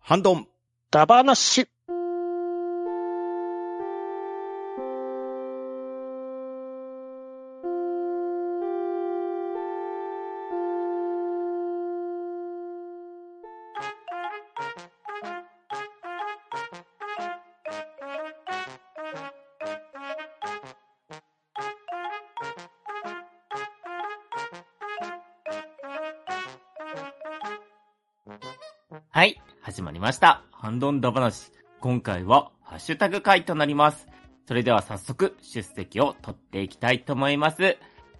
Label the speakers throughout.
Speaker 1: ハンドン。
Speaker 2: ダバなし。
Speaker 3: はい、始まりました。ハンドンダ話。今回は、ハッシュタグ回となります。それでは早速、出席を取っていきたいと思います。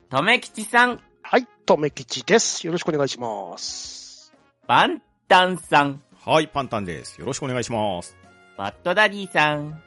Speaker 3: とめきちさん、
Speaker 2: はい、とめきちです。よろしくお願いします。
Speaker 3: バンタンさん、
Speaker 1: はい、パンタンです。よろしくお願いします。
Speaker 3: バットダディさん。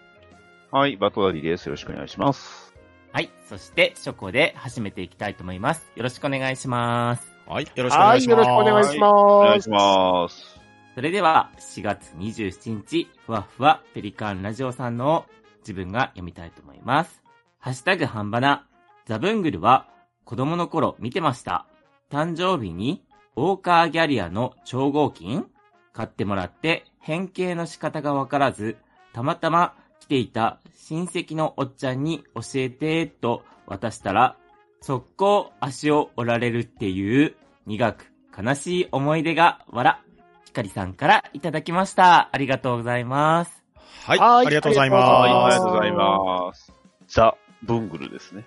Speaker 4: はい、バトダディです。よろしくお願いします。
Speaker 3: はい、そして、ショコで始めていきたいと思います。よろしくお願いします。
Speaker 1: はい、よろしくお
Speaker 2: は
Speaker 1: 願い
Speaker 2: い、
Speaker 1: し
Speaker 2: よ
Speaker 1: ま
Speaker 2: ろ
Speaker 1: す。
Speaker 2: しくお願いし
Speaker 4: お願
Speaker 2: ま
Speaker 4: いし
Speaker 2: す。
Speaker 4: ます。
Speaker 3: それでは、4月27日、ふわふわペリカンラジオさんの自分が読みたいと思います。ハッシュタグ半ばな、ザブングルは子供の頃見てました。誕生日に、ウォーカーギャリアの超合金買ってもらって変形の仕方がわからず、たまたま来ていた親戚のおっちゃんに教えてと渡したら、速攻足を折られるっていう苦く悲しい思い出が笑。ひかりさんからいただきました。ありがとうございます。
Speaker 1: はい、
Speaker 2: はい
Speaker 1: ありがとうございま
Speaker 2: あ
Speaker 4: はい、
Speaker 2: ー
Speaker 4: あり
Speaker 1: す
Speaker 4: がとうございます。ザ・ブングルですね。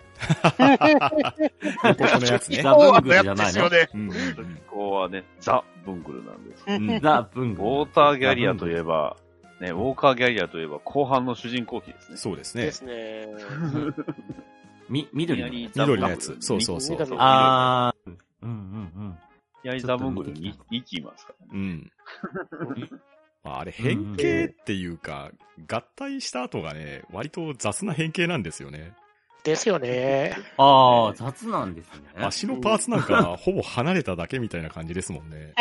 Speaker 1: 向こうのやつね
Speaker 3: ザブングルじゃないの
Speaker 2: ね。
Speaker 1: うんうん
Speaker 4: ここはね、ザ・ブングルなんです。ウ
Speaker 1: うん。うん
Speaker 3: ザ・ブングル。
Speaker 4: ォーターギャリアといえば、ね、ウォーカーギャリアといえば後半の主人公機ですね。
Speaker 1: そうです
Speaker 2: で
Speaker 1: ね。
Speaker 2: すね。
Speaker 3: み、緑のやつ。
Speaker 1: 緑のやつそうそうそう
Speaker 4: あ
Speaker 3: あー、うんうん
Speaker 4: ー。やりザ・ブングルに2期いますからね。
Speaker 1: うん。まあ、あれ、変形っていうか、合体した後がね、割と雑な変形なんですよね。
Speaker 2: ですよね。
Speaker 3: うん。あー、雑なんですね。
Speaker 1: 足のパーツなん か、ほぼ離れただけみたいな感じですもんね。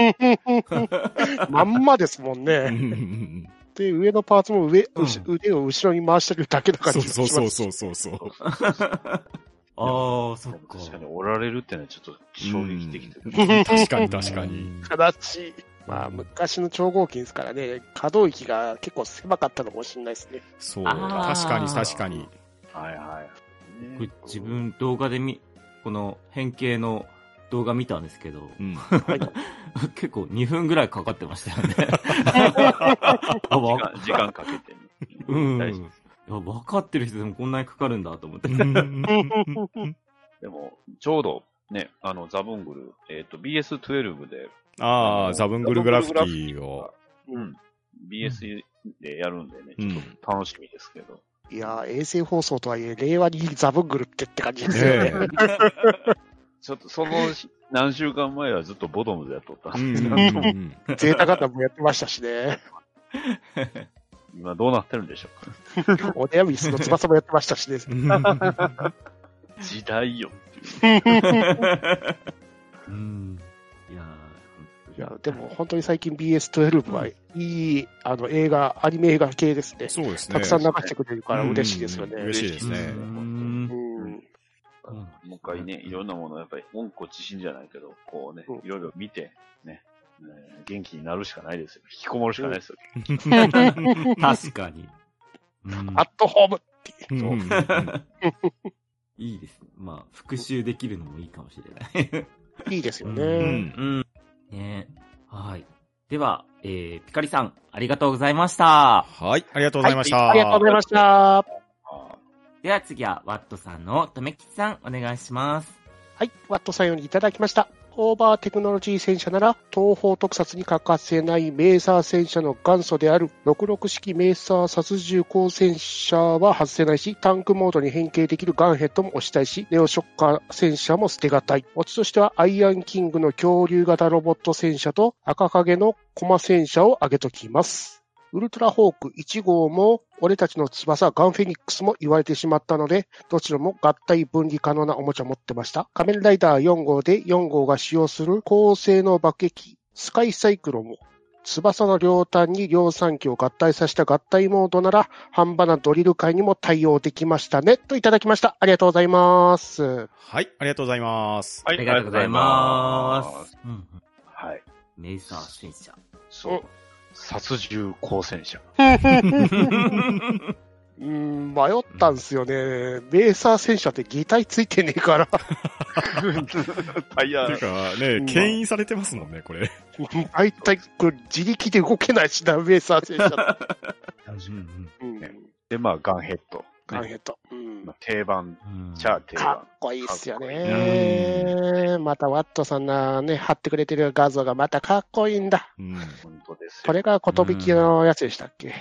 Speaker 2: まんまですもん
Speaker 1: うんうん
Speaker 2: ね。で、上のパーツも上、うし
Speaker 3: う
Speaker 2: 腕を後ろに回してるだけな
Speaker 1: うん
Speaker 2: 感
Speaker 1: そ
Speaker 2: じ
Speaker 1: う
Speaker 2: がし
Speaker 1: そ
Speaker 2: ま
Speaker 1: う
Speaker 2: す。
Speaker 1: そうそうそうそう。
Speaker 3: あー、そっか。
Speaker 4: 確かに、おられるってのはちょっと衝撃的というか
Speaker 1: うん確かに確かに。
Speaker 2: 悲しい。まあ、昔の超合金ですからね、可動域が結構狭かったのかもしれないですね。
Speaker 1: そう、
Speaker 3: あー
Speaker 1: 確かに確かに。
Speaker 4: はいはい。ね
Speaker 3: 僕自分動画で見、この変形の動画見たんですけど、
Speaker 1: うん。
Speaker 2: はい。
Speaker 3: 結構2分ぐらいかかってましたよね。 あ、
Speaker 4: 時
Speaker 3: わ、
Speaker 4: 間時間かけてね。
Speaker 3: うん。
Speaker 4: 大事
Speaker 3: いや、わかってる人でもこんなにかかるんだと思って。
Speaker 4: でも、ちょうど、ね、あの、ザブングル、えっ、と、BS12 で、
Speaker 1: ああ、ザブングルグラフィティ
Speaker 4: が
Speaker 1: を。
Speaker 4: うん。BS でやるんでね、
Speaker 1: うん
Speaker 4: ちょっと楽しみですけど。
Speaker 2: いやー、衛星放送とはいえ、令和にザブングルってって感じですよね。
Speaker 1: え
Speaker 4: ちょっとそのし何週間前はずっとボトムでやっとった
Speaker 1: え。うんん
Speaker 4: です
Speaker 1: う
Speaker 4: け
Speaker 1: ん
Speaker 4: ど、
Speaker 1: うん
Speaker 2: ゼータガンダムもやってましたし ね。
Speaker 4: 今どうなってるんでしょうか。
Speaker 2: オネアミスの翼もやってましたしね。
Speaker 1: うん
Speaker 4: 時代よっていう。
Speaker 3: うん。いやー
Speaker 2: いやでも本当に最近 BS12 はいい、あの映画、アニメ映画系ですね。
Speaker 1: そうですね。
Speaker 2: たくさん流してくれるから嬉しいですよね。
Speaker 1: うん嬉しいですね。
Speaker 3: う
Speaker 2: うんん
Speaker 3: うん
Speaker 4: もう一回ね、いろんなもの、やっぱり、温故知新じゃないけど、こうね
Speaker 2: うん、
Speaker 4: いろいろ見て、ね、えー元気になるしかないですよ。引きこもるしかないですよ。
Speaker 3: 確かに。うん
Speaker 2: アットホーム。
Speaker 1: うん
Speaker 4: そう
Speaker 3: いいですね。まあ、復習できるのもいいかもしれない。
Speaker 2: いいですよね。
Speaker 1: うん
Speaker 3: うん。ねはい。では、えー、ピカリさん、ありがとうございました。
Speaker 1: はい、ありがとうございました。
Speaker 2: ありがとうございました。
Speaker 4: あ
Speaker 3: では次は、ワットさんのとめきちさん、お願いします。
Speaker 2: はい、ワットさんよりいただきました。オーバーテクノロジー戦車なら、東方特撮に欠かせないメーサー戦車の元祖である66式メーサー殺銃光戦車は外せないし、タンクモードに変形できるガンヘッドも押したいし、ネオショッカー戦車も捨てがたい。オチとしては、アイアンキングの恐竜型ロボット戦車と赤影のコマ戦車を挙げときます。ウルトラホーク1号も、俺たちの翼、ガンフェニックスも言われてしまったので、どちらも合体分離可能なおもちゃ持ってました。仮面ライダー4号で4号が使用する高性能爆撃機、スカイサイクロンも、翼の両端に両三機を合体させた合体モードなら、半端なドリル界にも対応できましたね、といただきました。ありがとうございます。
Speaker 1: はい、ありがとうございます。
Speaker 4: は
Speaker 3: ありがとうございます。。うんうん
Speaker 4: はい。
Speaker 3: メイサー戦車。
Speaker 4: そう。殺獣光戦車。
Speaker 2: うーん、迷ったんすよね。メーサー戦車って擬態ついてねえから。
Speaker 4: タイヤ
Speaker 1: ていうか
Speaker 2: うん
Speaker 1: ね、牽引されてますもんね、これ。
Speaker 2: 大体、これ自力で動けないしな、メーサー戦車って。
Speaker 3: うん
Speaker 2: うん。
Speaker 4: で、まあ、ガンヘッド。
Speaker 2: ガンヘッド。うん
Speaker 4: まあ定番、
Speaker 3: うん
Speaker 4: チャー定
Speaker 2: か
Speaker 4: 番
Speaker 2: っ。こいいっすよ
Speaker 4: か
Speaker 2: ね。またワットさんがね、貼ってくれてる画像がまたかっこいいんだ。
Speaker 1: うん。
Speaker 4: 本当ですよ。
Speaker 2: これがことびきのやつでしたっけ。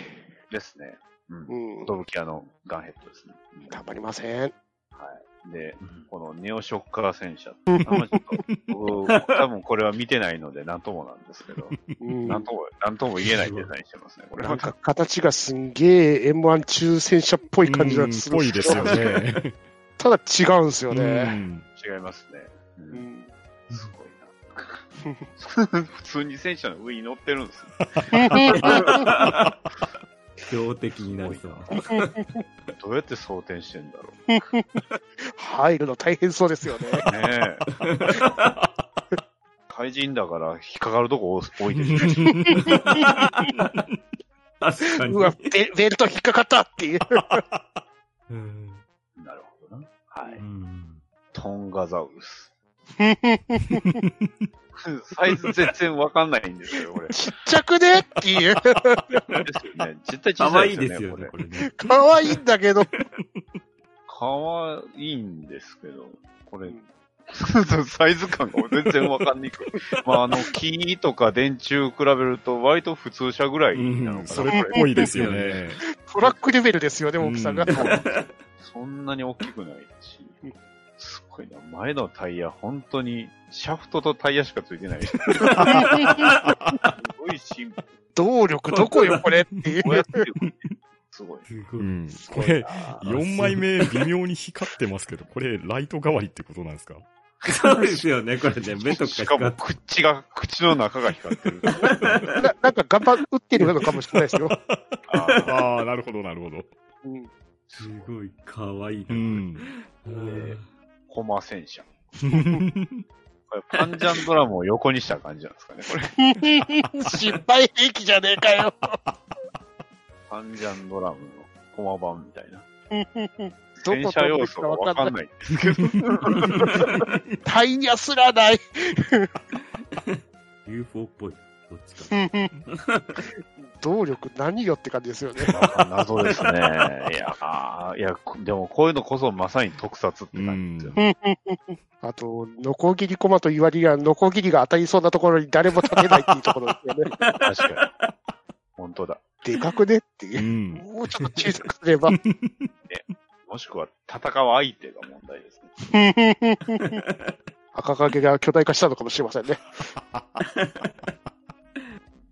Speaker 4: ですね。うん
Speaker 2: う。ん。
Speaker 4: ドブキアのガンヘッドですね。うん
Speaker 2: 頑張りません。
Speaker 4: で、
Speaker 3: うん
Speaker 4: このネオショッカー戦車。あんまちょっと僕多分これは見てないので、なんともなんですけど、
Speaker 2: うん。
Speaker 4: なんとも、なんとも言えないデザインしてますね、これ
Speaker 2: な
Speaker 4: は
Speaker 2: ん。か形がすんげえ M1 抽選者っぽい感じが
Speaker 1: うん
Speaker 2: す
Speaker 1: っ
Speaker 2: る。
Speaker 1: ぽいですよ。ね。
Speaker 2: ただ違うんですよ
Speaker 1: う
Speaker 2: ね。
Speaker 1: ん。
Speaker 4: 違いますね。う、
Speaker 2: うんん
Speaker 4: すごい な。普通に戦車の上に乗ってるんですね。
Speaker 3: 強敵になりそう。
Speaker 4: どうやって装填してんだろ
Speaker 2: 入るの大変そうですよね。
Speaker 4: う。ねえ。怪人だから引っかかるとこ多いでしょ。
Speaker 3: 確かに。
Speaker 2: うわ、ベベルト引っかかったっていう。
Speaker 3: うん
Speaker 4: なるほどな。は
Speaker 3: う
Speaker 4: い。
Speaker 3: ん
Speaker 4: トンガザウル ス。サイズ全然わかんないんですよ、これ。
Speaker 2: ちっちゃくねっていう。
Speaker 4: ですよね。絶対小
Speaker 3: 可
Speaker 4: さ
Speaker 3: 愛
Speaker 4: い
Speaker 3: い
Speaker 4: で
Speaker 3: ですす
Speaker 4: よ
Speaker 3: よ
Speaker 4: ね、
Speaker 3: ね、
Speaker 4: こ
Speaker 3: こ
Speaker 4: れ。
Speaker 3: れね。
Speaker 2: 可愛いんだけど。
Speaker 4: かわいいんですけど、これ、 サイズ感が全然わかんないく。まあ、あの、木とか電柱比べると、割と普通車ぐらいなのかな、
Speaker 1: うんそれっ
Speaker 4: これ
Speaker 1: ぽいですよね。
Speaker 2: トラックレベルですよね、大きさ
Speaker 1: う
Speaker 2: が。
Speaker 1: ん
Speaker 4: そんなに大きくないし。すごいな。前のタイヤ、本当に、シャフトとタイヤしかついてない。すごいシンプル。
Speaker 2: 動力どこ よ、これっていう。
Speaker 4: こうやって、すごい。
Speaker 3: す
Speaker 1: う
Speaker 3: ごい。
Speaker 1: ん。これ、
Speaker 4: あー
Speaker 1: 4枚目微妙に光ってますけど、これライト代わりってことなんですか
Speaker 3: そうですよね、これね。目とか
Speaker 4: しか
Speaker 3: 光
Speaker 4: も
Speaker 3: っ、
Speaker 4: 口が、口の中が光ってる。
Speaker 2: ななんか頑張ってるのかもしれないですよ。
Speaker 4: あー
Speaker 1: ああ、なるほど、なるほど。
Speaker 2: うん
Speaker 3: すごい可愛いな。
Speaker 1: うん。
Speaker 3: うん
Speaker 4: コマ戦車。これ、パンジャンドラムを横にした感じなんですかね、こ れ。
Speaker 2: 失敗兵器じゃねえか よ。
Speaker 4: パンジャンドラムのコマ版みたいな。
Speaker 2: どこ
Speaker 4: 戦車要素がわかんないんですけど。
Speaker 2: タイヤすらない。
Speaker 3: UFO っぽい。どっちか。
Speaker 2: 動力何よって感じですよね。
Speaker 4: 謎ですね。いやー、いや、でもこういうのこそまさに特撮って感じですよね。
Speaker 2: あと、ノコギリコマと言われりゃ、ノコギリが当たりそうなところに誰も立てないっていうところですよ ね。
Speaker 4: 確かに。本当だ。
Speaker 2: でかくねっていうう。
Speaker 1: ん。
Speaker 2: もうちょっと小さくすれ ば。
Speaker 4: もしくは、戦う相手が問題ですね。
Speaker 2: 赤影が巨大化したのかもしれませんね。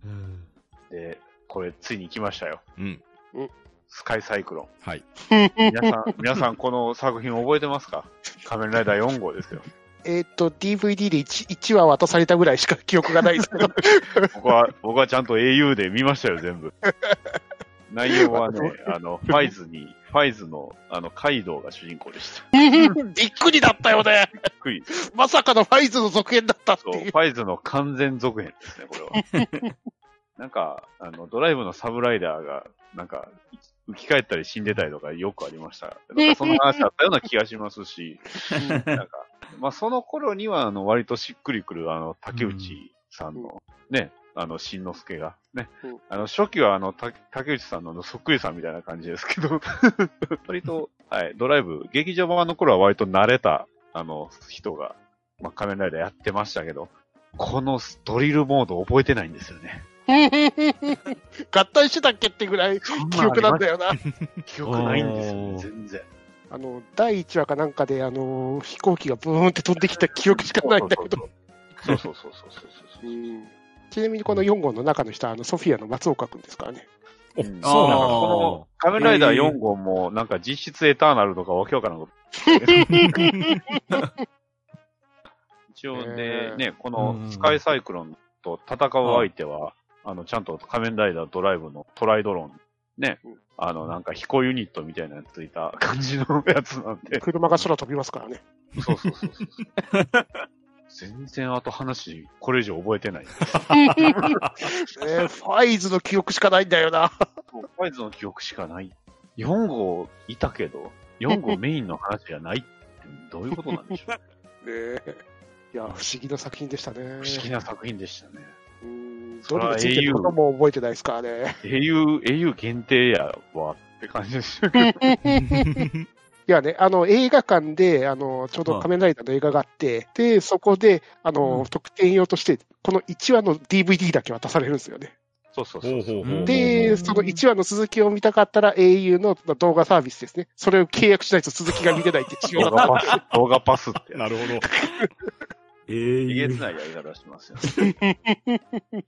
Speaker 3: うん
Speaker 4: で、これ、ついに来ましたよ。
Speaker 1: うん。
Speaker 4: スカイサイクロ
Speaker 1: はい。
Speaker 4: ン。皆 さん、皆さんこの作品覚えてますか仮面ライダー4号ですよ。
Speaker 2: えっと、DVD で 1, 1話渡されたぐらいしか記憶がないです けど。
Speaker 4: 僕は、僕はちゃんと au で見ましたよ、全部。内容はね、 あの、ファイズに、ファイズの、あの、カイドウが主人公で した。
Speaker 2: びっくりだったよね。
Speaker 4: びっくり。
Speaker 2: まさかのファイズの続編だったって
Speaker 4: そう、
Speaker 2: いう。
Speaker 4: フ ァイズの完全続編ですね、これは。 なんか、あの、ドライブのサブライダーが、なんか、浮き返ったり死んでたりとかよくありました。なんかその話あったような気がしますし、なんか、まあその頃には、あの、割としっくりくる、あの、竹内さんの、ね、あの、しんのすけが、ね
Speaker 2: うん、
Speaker 4: あの、初期はあの、た竹内さんのあのそっくりさんみたいな感じですけど、 割と、はい、ドライブ、劇場版の頃は割と慣れた、あの、人が、まあ、仮面ライダーやってましたけど、このドリルモード覚えてないんですよね。
Speaker 2: 合体してたっけってぐらい記憶なんだよな。
Speaker 4: 記憶ないんですよね、
Speaker 3: おー
Speaker 4: 全然。
Speaker 2: あの、第1話かなんかで、あの、飛行機がブーンって飛んできた記憶しかないんだけど。
Speaker 4: そうそうそうそうそうそう
Speaker 2: うんちなみにこの4号の中の人は、あの、ソフィアの松岡君ですからね。
Speaker 1: お、
Speaker 4: う
Speaker 1: そ
Speaker 4: ん
Speaker 1: うなん
Speaker 4: だ
Speaker 1: だ。
Speaker 4: この仮面ライダー4号も、なんか実質エターナルとかわけわからんこと。 一応
Speaker 2: へ
Speaker 4: ね
Speaker 2: ー
Speaker 4: ね、このスカイサイクロンと戦う相手は、あの、ちゃんと仮面ライダードライブのトライドロン、ね
Speaker 2: うん、
Speaker 4: あの、なんか飛行ユニットみたいなやつついた感じのやつなんで、
Speaker 2: 車が空飛びますからね。
Speaker 4: そうそうそうそう。 全然後話、これ以上覚えてな
Speaker 2: え
Speaker 4: い。
Speaker 2: ーファイズの記憶しかないんだよな。
Speaker 4: ファイズの記憶しかない。4号いたけど、4号メインの話じゃないってどういうことなんでしょう
Speaker 2: ねえいや、不思議な作品でしたね。
Speaker 4: 不思議な作品でしたね。
Speaker 2: うん
Speaker 4: そ
Speaker 2: ど
Speaker 4: れ
Speaker 2: れ
Speaker 4: は
Speaker 2: がついてることも覚えてないですからね。
Speaker 4: 英雄、英雄限定やわって感じですよね。
Speaker 2: いやね、あの、映画館で、あの、ちょうど仮面ライダーの映画があって、で、そこで、あの、
Speaker 3: うん
Speaker 2: 特典用として、この1話の DVD だけ渡されるんですよね。
Speaker 4: そうそう
Speaker 1: ほ
Speaker 4: そうう
Speaker 1: ほうほう。
Speaker 3: う
Speaker 2: で、
Speaker 3: ん
Speaker 2: その1話の続きを見たかったら、au の動画サービスですね。それを契約しないと続きが見れないって違
Speaker 4: 動
Speaker 2: うな。
Speaker 4: 画パス、動画パスってや
Speaker 1: なるほど。
Speaker 3: えー
Speaker 4: つ。えげつないやり方しますよね。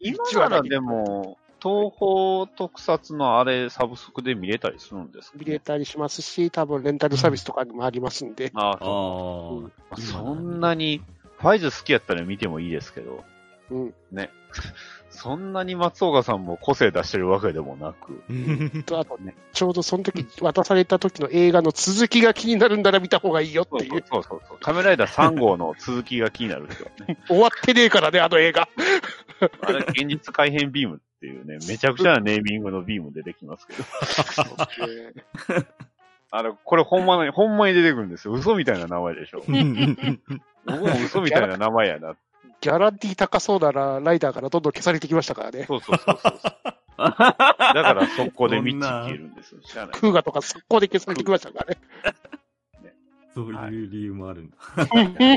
Speaker 4: 今ならでも、東宝特撮のあれ、サブスクで見れたりするんですか、
Speaker 2: 見れたりしますし、多分レンタルサービスとかにもありますんで。
Speaker 4: ああ
Speaker 3: あー
Speaker 4: そうそんなに、ファイズ好きやったら見てもいいですけど、
Speaker 2: うん。
Speaker 4: ね。そんなに松岡さんも個性出してるわけでもなく、
Speaker 2: とあとね、ちょうどその時渡された時の映画の続きが気になるんなら見た方がいいよっ
Speaker 4: そう
Speaker 2: て
Speaker 4: そ
Speaker 2: いうう。
Speaker 4: そうそうそう。カメライダー3号の続きが気になるけどね。
Speaker 2: 終わってねえからね、あの映画。
Speaker 4: あれ、現実改変ビームっていうね、めちゃくちゃなネーミングのビーム出てきますけど。 あれ、これほんまに、ほんまに出てくるんですよ。嘘みたいな名前 でしょ。僕も嘘みたいな名前やな。
Speaker 2: ギャランティー高そうなら、ライダーからどんどん消されてきましたから ね。
Speaker 4: そうそうそう そう。だから速攻でミッチ消えるんですよ。知らない。
Speaker 2: クーガとか速攻で消されてきましたからね。
Speaker 3: そういう理由もあるんだ。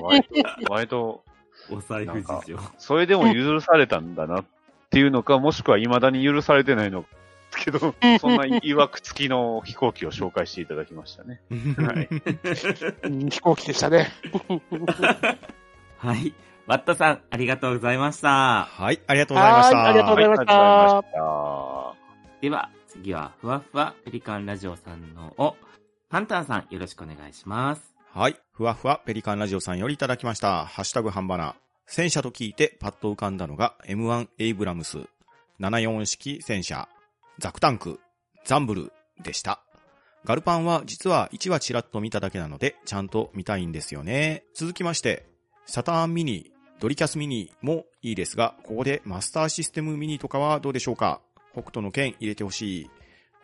Speaker 4: 割と、 割と、
Speaker 3: お財布事情。
Speaker 4: それでも許されたんだなっていうのか、もしくは未だに許されてないのか。 けど、そんな曰く付きの飛行機を紹介していただきましたね。はい。
Speaker 2: うん飛行機でしたね。
Speaker 3: はい。ワットさん、ありがとうございました。
Speaker 1: はい、ありがとうございました。
Speaker 2: はいありがとうございました
Speaker 4: はいありがとうございまし
Speaker 3: で
Speaker 4: た。
Speaker 3: は、次は、ふわふわペリカンラジオさんのを、ハンタンさん、よろしくお願いします。。
Speaker 1: はい。ふわふわペリカンラジオさんよりいただきました。ハッシュタグハンバナ。戦車と聞いてパッと浮かんだのが M1 エイブラムス、74式戦車、ザクタンク、ザンブルでした。ガルパンは実は1話ちらっと見ただけなので、ちゃんと見たいんですよね。続きまして、サターンミニ、ドリキャスミニもいいですが、ここでマスターシステムミニとかはどうでしょうか北斗の剣入れてほしい。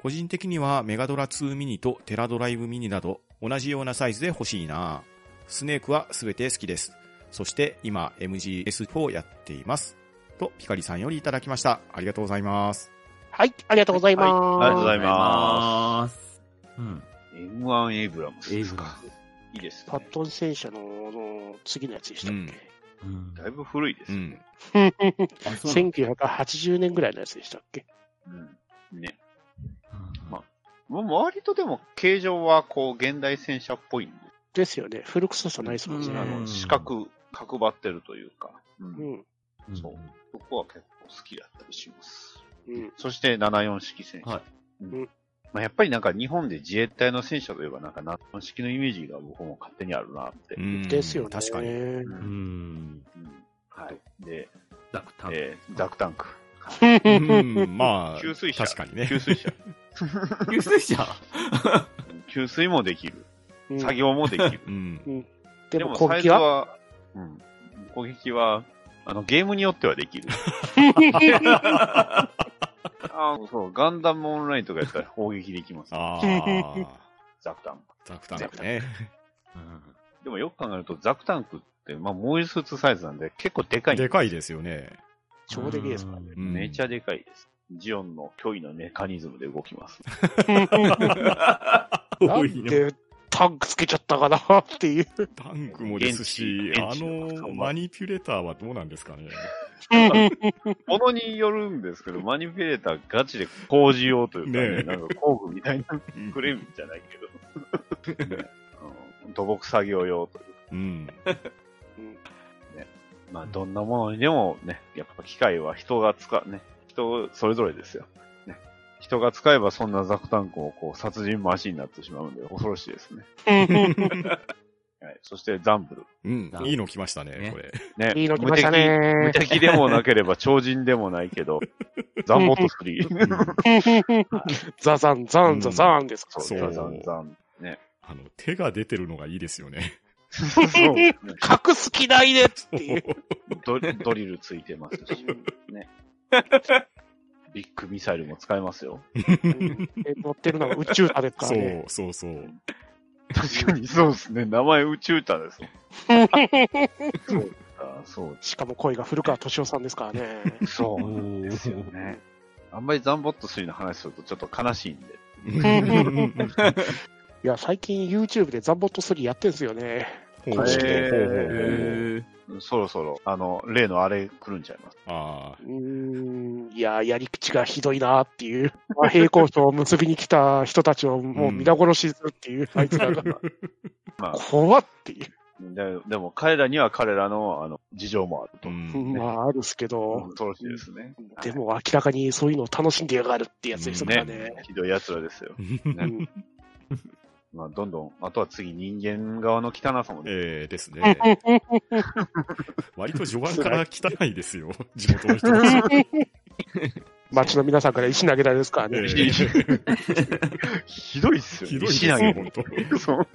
Speaker 1: 個人的にはメガドラ2ミニとテラドライブミニなど同じようなサイズで欲しいなスネークは全て好きです。そして今 MGS4 やっています。と、ピカリさんよりいただきました。ありがとうございます。
Speaker 2: はい、ありがとうございます。
Speaker 4: はいありがとうございます
Speaker 3: うん。
Speaker 4: M1 エイブラムス
Speaker 3: エイ
Speaker 4: で
Speaker 3: ブ
Speaker 4: す
Speaker 3: ラム
Speaker 4: か。いいです、
Speaker 2: パ
Speaker 4: ね。
Speaker 2: ットン戦車のあの次のやつでしたっ
Speaker 3: うん。
Speaker 4: だいぶ古いです
Speaker 1: う
Speaker 4: ね。
Speaker 1: ん。
Speaker 2: け、
Speaker 3: あ、そうなんだ
Speaker 2: ?1980 年ぐらいのやつでしたっけ
Speaker 4: うんね。もう割とでも形状はこう現代戦車っぽいんで
Speaker 2: ですよね。古臭さないですもん
Speaker 4: す、
Speaker 2: ね。
Speaker 3: うん
Speaker 4: あの四角、角張ってるというか、うん
Speaker 2: うん。
Speaker 3: うん
Speaker 4: そう。そこは結構好きだったりします。
Speaker 2: うん。
Speaker 4: そして74式戦車。
Speaker 3: はい
Speaker 4: うんまあ、やっぱりなんか日本で自衛隊の戦車といえばなんか74式のイメージが僕も勝手にあるなって。
Speaker 1: うん
Speaker 2: ですよね。
Speaker 1: 確か に。
Speaker 4: う
Speaker 3: うんん。
Speaker 4: うんはい。で、
Speaker 3: ダクタン。
Speaker 4: えーザクタンク。
Speaker 1: うん、まあ、
Speaker 4: 給水車
Speaker 1: 確かにね。
Speaker 4: 給水 車。
Speaker 3: 給水車
Speaker 4: うん給水もできる。
Speaker 2: うん
Speaker 4: 作業もできる。
Speaker 1: うん。
Speaker 2: で
Speaker 4: で
Speaker 2: も
Speaker 4: も
Speaker 2: 攻
Speaker 4: サイ
Speaker 2: 撃
Speaker 4: ズ
Speaker 2: は
Speaker 4: は、うん、攻撃は、あの、ゲームによってはできる。 ああ、そう、ガンダムオンラインとかやったら砲撃できます、
Speaker 1: あ あ、
Speaker 4: ザクタンク。
Speaker 1: ザクタンクね。
Speaker 3: うん
Speaker 4: でもよく考えると、ザクタンクって、まあ、もう一スーツサイズなんで、結構でかい。
Speaker 1: でかいですよね。
Speaker 2: 超でけえですからね。
Speaker 1: うん
Speaker 4: めちゃでかいです。ジオンの脅威のメカニズムで動きます。
Speaker 2: な
Speaker 3: 多
Speaker 2: ん
Speaker 3: いね。
Speaker 2: でタンクつけちゃったかなっていう。
Speaker 1: タンクもですし
Speaker 4: 現、地
Speaker 1: あ
Speaker 4: 現地
Speaker 1: の、
Speaker 4: の
Speaker 1: マニピュレーターはどうなんですかね。
Speaker 4: ものによるんですけど、マニピュレーターガチで工事用というかね、
Speaker 1: ねえ
Speaker 4: なんか工具みたいな、クレームじゃないけ ど、 ねうん土木作業用というか
Speaker 1: うん。
Speaker 4: まあ、どんなものにでもね、やっぱ機械は人が使う、ね、人それぞれですよ。ね、人が使えばそんなザクタンクをこう殺人マシンになってしまうんで、恐ろしいですね。はい、そしてザンブル。
Speaker 1: うん
Speaker 3: だ。
Speaker 1: いいの来ましたね、
Speaker 3: ね
Speaker 1: これ。
Speaker 4: ね、
Speaker 2: いいの来ましたね
Speaker 4: 無敵。無敵でもなければ超人でもない けど、ザンボットスリー。
Speaker 2: ザザンザンザザンですか
Speaker 4: そう、
Speaker 1: そう
Speaker 4: ザンザン。ね。
Speaker 1: あの、手が出てるのがいいですよね。
Speaker 4: そうね
Speaker 2: 隠す気ないでっていう。
Speaker 4: ドドリルついてますし、 ね。ビッグミサイルも使えますよ。
Speaker 2: うんで乗ってるのが宇宙車ですから
Speaker 1: そ
Speaker 2: ね。
Speaker 1: う、そうそう。
Speaker 4: 確かにそうですね。名前宇宙歌ですもん。あそう。
Speaker 2: しかも声が古川敏夫さんですからね。
Speaker 4: そ
Speaker 3: お
Speaker 4: ですよね。あんまりザンボット3の話するとちょっと悲しいんで。
Speaker 2: いや、最近 YouTube でザンボット3やってんすよね。
Speaker 1: 公式で。
Speaker 4: へ
Speaker 1: ほう
Speaker 4: ー
Speaker 1: ほうほう
Speaker 3: ー
Speaker 4: そろそろ、あの、例のあれ来るんちゃいます。
Speaker 1: ああ
Speaker 2: うーん、いや、やり口がひどいなっていう。和平交渉を結びに来た人たちをもう皆殺しするっていう、あいつ らが。
Speaker 4: まあ、
Speaker 2: 怖っていう。
Speaker 4: ででも彼らには彼らのあの事情もあると
Speaker 1: う。ん。
Speaker 2: まあ、あるっすけど。
Speaker 4: 恐ろしいですね。
Speaker 2: でも明らかにそういうのを楽しんでやがるってやつですからね
Speaker 4: ね。。ひどい奴らですよ。
Speaker 2: う
Speaker 4: ね
Speaker 2: ん
Speaker 4: まあ、どんどん、あとは次人間側の汚さもね。
Speaker 1: ええですね。割と序盤から汚いですよ。地元の人たち。
Speaker 2: 街の皆さんから石投げられですから
Speaker 1: え
Speaker 2: ね。
Speaker 1: え
Speaker 4: ひどいっすよ。
Speaker 1: ひどいです
Speaker 4: 石投
Speaker 1: よ、
Speaker 4: げ
Speaker 1: 本当。
Speaker 4: そう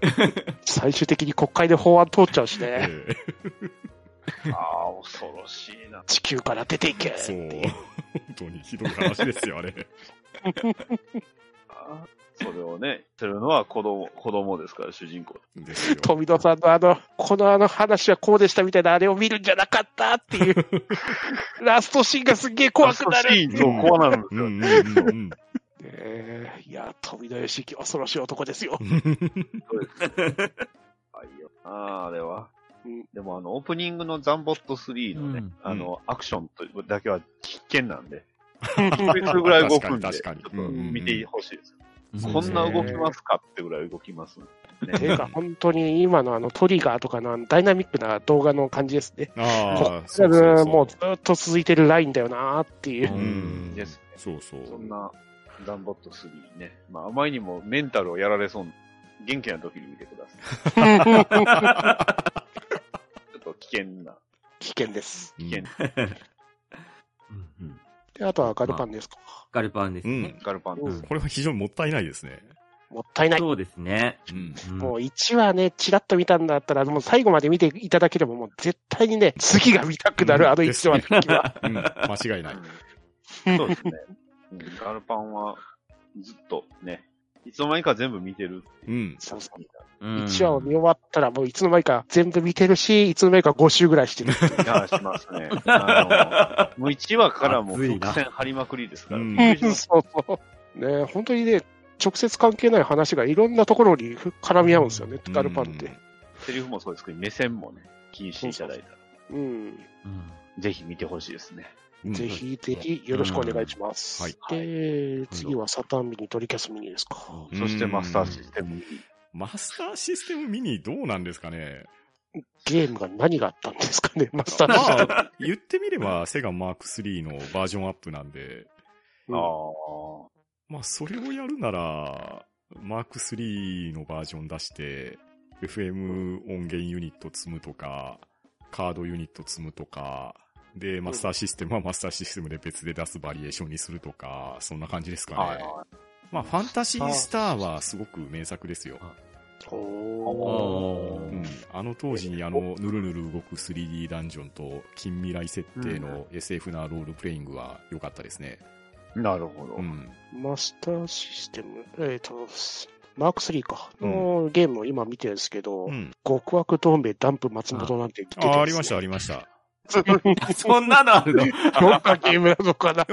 Speaker 2: 最終的に国会で法案通っちゃうしね。
Speaker 1: え
Speaker 4: ああ、恐ろしいな。
Speaker 2: 地球から出ていけ
Speaker 1: え
Speaker 2: って
Speaker 1: そう。
Speaker 2: いう。
Speaker 1: 本当にひどい話ですよ、あれ。
Speaker 4: それをね、するのは子供、子供ですから、主人公。
Speaker 1: ですよ。
Speaker 2: 富野さんのあの、このあの話はこうでしたみたいなあれを見るんじゃなかったって いう。ラストシーンがすっげえ怖くな
Speaker 4: ラスト
Speaker 2: る。
Speaker 4: シーンそう、怖なるんです
Speaker 1: うん
Speaker 4: よ。
Speaker 1: うんうん
Speaker 2: えーいや、富野義行恐ろしい男ですよ。
Speaker 1: うん。
Speaker 4: 怖いよああ、あれは
Speaker 2: うん。
Speaker 4: でも、あの、オープニングのザンボット3のね、
Speaker 3: うん
Speaker 4: あの、アクションとだけは危険なんで、それぐらい動くんで、
Speaker 1: 確かに
Speaker 4: ち
Speaker 1: 確かに
Speaker 4: ょっと
Speaker 1: うんうんうん
Speaker 4: 見てほしいです。
Speaker 2: ん
Speaker 4: こんな動きますかってぐらい動きます。
Speaker 2: て
Speaker 4: ね
Speaker 2: いうか、本当に今のあのトリガーとかのあのダイナミックな動画の感じですね。
Speaker 1: ああ、
Speaker 2: と
Speaker 1: そうそ
Speaker 2: りあえ
Speaker 1: う
Speaker 2: ず
Speaker 1: そう。
Speaker 2: もうずっと続いてるラインだよなーっていうう。
Speaker 1: ん。
Speaker 4: ですね
Speaker 1: そうそ
Speaker 4: そん
Speaker 1: う。
Speaker 4: な、ザンボット3ね。まあ、あまりにもメンタルをやられそうな元気な時に見てください。 ちょっと危険な、
Speaker 2: 危険です。
Speaker 1: う
Speaker 4: 危
Speaker 1: ん
Speaker 4: 険な
Speaker 3: うんうん
Speaker 2: で、あとはガルパンですか。
Speaker 3: ガルパンです
Speaker 1: う
Speaker 3: ね
Speaker 1: ん。
Speaker 4: ガルパンです。
Speaker 1: これは非常にもったいないですね。
Speaker 2: もったいない。
Speaker 3: そうですね。
Speaker 1: うん。
Speaker 3: うん
Speaker 2: もう1話ね、ちらっと見たんだったら、もう最後まで見ていただければ、もう絶対にね、次が見たくなる、
Speaker 1: うん
Speaker 2: あの1話の時は。
Speaker 1: うん間違いない。
Speaker 4: うんそう ですね。うんガルパンはずっとね、いつの間にか全部見てるって
Speaker 1: う。
Speaker 4: いうん
Speaker 2: そうそう
Speaker 3: うん
Speaker 2: 1話を見終わったら、もういつの間にか全部見てるし、いつの間にか5周ぐらいしてる。
Speaker 4: 気がします ね。あのもう1話からもう伏線張りまくりですから。
Speaker 1: うん
Speaker 4: びっくり し
Speaker 2: そう
Speaker 4: ます
Speaker 2: そう。ね、本当にね、直接関係ない話がいろんなところに絡み合うんですよね、ガルパンって。
Speaker 4: セリフもそうですけど、目線もね、気にしていただいたら、
Speaker 2: うん。
Speaker 3: うん
Speaker 4: ぜひ見てほしいですね。
Speaker 1: うん。
Speaker 2: ぜひぜひよろしくお願いします。
Speaker 4: はい
Speaker 2: で、次はサタンミニ、トリキャスミニですか。
Speaker 1: うん
Speaker 4: そしてマスターシステム。
Speaker 1: マスターシステムミニどうなんですか ね
Speaker 2: ゲームが何があったんですかね、 マスター
Speaker 1: ま
Speaker 2: システム
Speaker 1: あ、言ってみればセガマーク3のバージョンアップなんで、
Speaker 4: あ
Speaker 2: うん
Speaker 4: あ。
Speaker 1: まあそれをやるなら、マーク3のバージョン出して、FM 音源ユニット積むとか、カードユニット積むとか、で、マスターシステムはマスターシステムで別で出すバリエーションにするとか、そんな感じですか
Speaker 4: は
Speaker 1: ね
Speaker 4: い。
Speaker 1: まあ、ファンタシースターはすごく名作ですよ。
Speaker 2: お
Speaker 3: お
Speaker 1: うん、あの当時にあの、ぬるぬる動く 3D ダンジョンと近未来設定の SF なロールプレイングは良かったですね。
Speaker 4: なるほど。
Speaker 1: うん。
Speaker 2: マスターシステム、えっ、と、マーク3か、
Speaker 1: うん
Speaker 2: のゲームを今見てるんですけど、
Speaker 1: うん。
Speaker 2: 極悪同盟ダンプ松本なんて出て
Speaker 1: あ、あり ました、ありました。
Speaker 3: そんなのあるの
Speaker 2: た。どんなゲームなのか な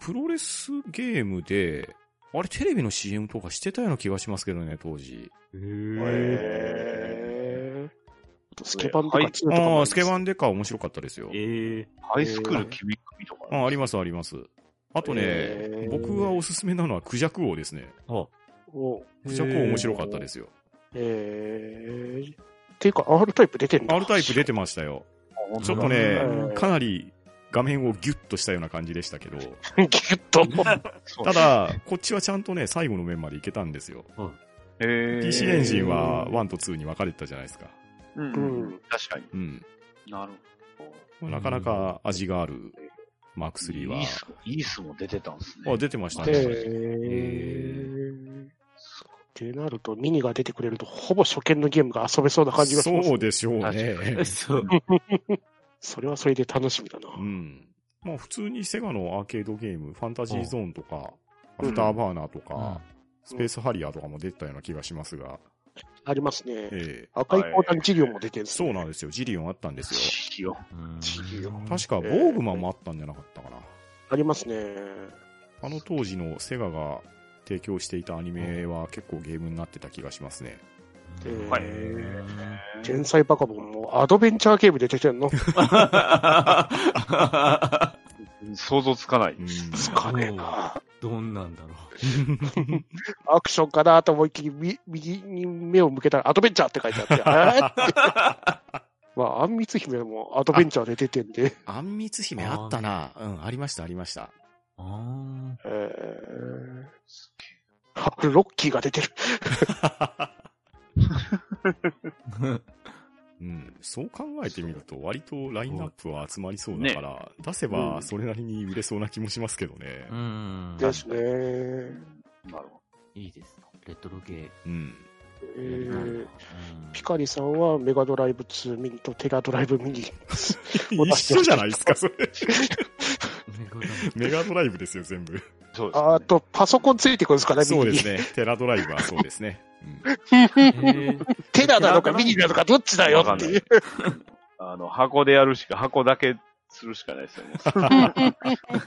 Speaker 1: プロレスゲームで、あれテレビの CM とかしてたような気がしますけどね、当時。
Speaker 2: へースケバンとかチノとかも
Speaker 1: あ
Speaker 2: あ
Speaker 1: あ、スケバ
Speaker 2: ン。
Speaker 1: ンデカ面白かったですよ。
Speaker 3: え
Speaker 4: ハイスクール君組とか、
Speaker 1: ああります、あります。あとね
Speaker 2: へ、ー
Speaker 1: 僕はおすすめなのはクジャク王ですね。
Speaker 3: ー。
Speaker 2: お
Speaker 1: クジャク王面白かったですよ。
Speaker 2: えー、っていうか、R タイプ出てるの
Speaker 1: R タイプ出てましたよ。ちょっとね
Speaker 2: うん、
Speaker 1: かなり画面をギュッとしたような感じでしたけど、
Speaker 2: ギュッと。
Speaker 4: そう
Speaker 1: た、だ、こっちはちゃんとね、最後の面までいけたんですよ。
Speaker 4: えー
Speaker 1: PC エンジンは1と2に分かれてたじゃないですか。
Speaker 4: うん、
Speaker 2: うん
Speaker 4: 確かに。
Speaker 1: うん。
Speaker 4: なるほど。
Speaker 1: まあなかなか味があるマーク3は
Speaker 4: イー。ス、イースも出てたんですね。
Speaker 1: あ、出てました
Speaker 2: え
Speaker 1: ね。
Speaker 2: ー、
Speaker 4: そう
Speaker 2: ってなると、ミニが出てくれると、ほぼ初見のゲームが遊べそうな感じがします、
Speaker 1: そうでしょうね。
Speaker 3: そう。
Speaker 2: それはそれで楽しみだな。
Speaker 1: うん。まあ普通にセガのアーケードゲーム、ファンタジーゾーンとか、ア
Speaker 2: うん
Speaker 1: フターバーナーとか、
Speaker 3: うん
Speaker 1: スペースハリアーとかも出てたような気がしますが、
Speaker 2: ありますね。
Speaker 1: ええ
Speaker 2: 赤い鋼弾治療も出てるんです
Speaker 1: そう
Speaker 2: ね。
Speaker 1: なんですよ。ジリオンあったんですよ。
Speaker 4: しよ
Speaker 3: うん
Speaker 2: 違うよ
Speaker 1: 確か、ボーグマンもあったんじゃなかったかな。
Speaker 2: ありますね。
Speaker 1: あの当時のセガが提供していたアニメは結構ゲームになってた気がしますね。
Speaker 2: うん
Speaker 4: はい
Speaker 2: 天才バカボンもアドベンチャーゲームで出てるの
Speaker 4: う。想像つかない。
Speaker 2: つかねえな。
Speaker 3: どんなんだろ
Speaker 2: アクションかなと思いっきりみ右に目を向けたらアドベンチャーって書いてあって、あれって。まあ、あんみつ姫もアドベンチャーで出てんで、
Speaker 1: あんみつ姫あったな。うん、ありました、ありました。
Speaker 3: う。あ
Speaker 2: えー、あロッキーが出てる。
Speaker 3: ー
Speaker 1: うん、そう考えてみると、割とラインナップは集まりそうだから、出せばそれなりに売れそうな気もしますけどね
Speaker 3: う。ん。
Speaker 2: ですね。え
Speaker 4: なるほ
Speaker 3: いいですね。レトロゲ
Speaker 1: うん。
Speaker 3: ーやりたいな。
Speaker 2: ー
Speaker 3: うん
Speaker 2: ピカリさんはメガドライブ2ミニとテラドライブミニ。
Speaker 1: 一緒じゃないですか、それ。
Speaker 3: ねこれ
Speaker 1: メガドライブですよ、全 部。
Speaker 4: ど。そうです、ね。
Speaker 2: あと、パソコンついてくるんですからね、ミニ
Speaker 1: そうですね。テラドライブはそうですね。うん
Speaker 3: えー
Speaker 2: テラなのかミニなのかどっちだよっていう。
Speaker 4: あの、箱でやるしか、箱だけするしかないですよ、も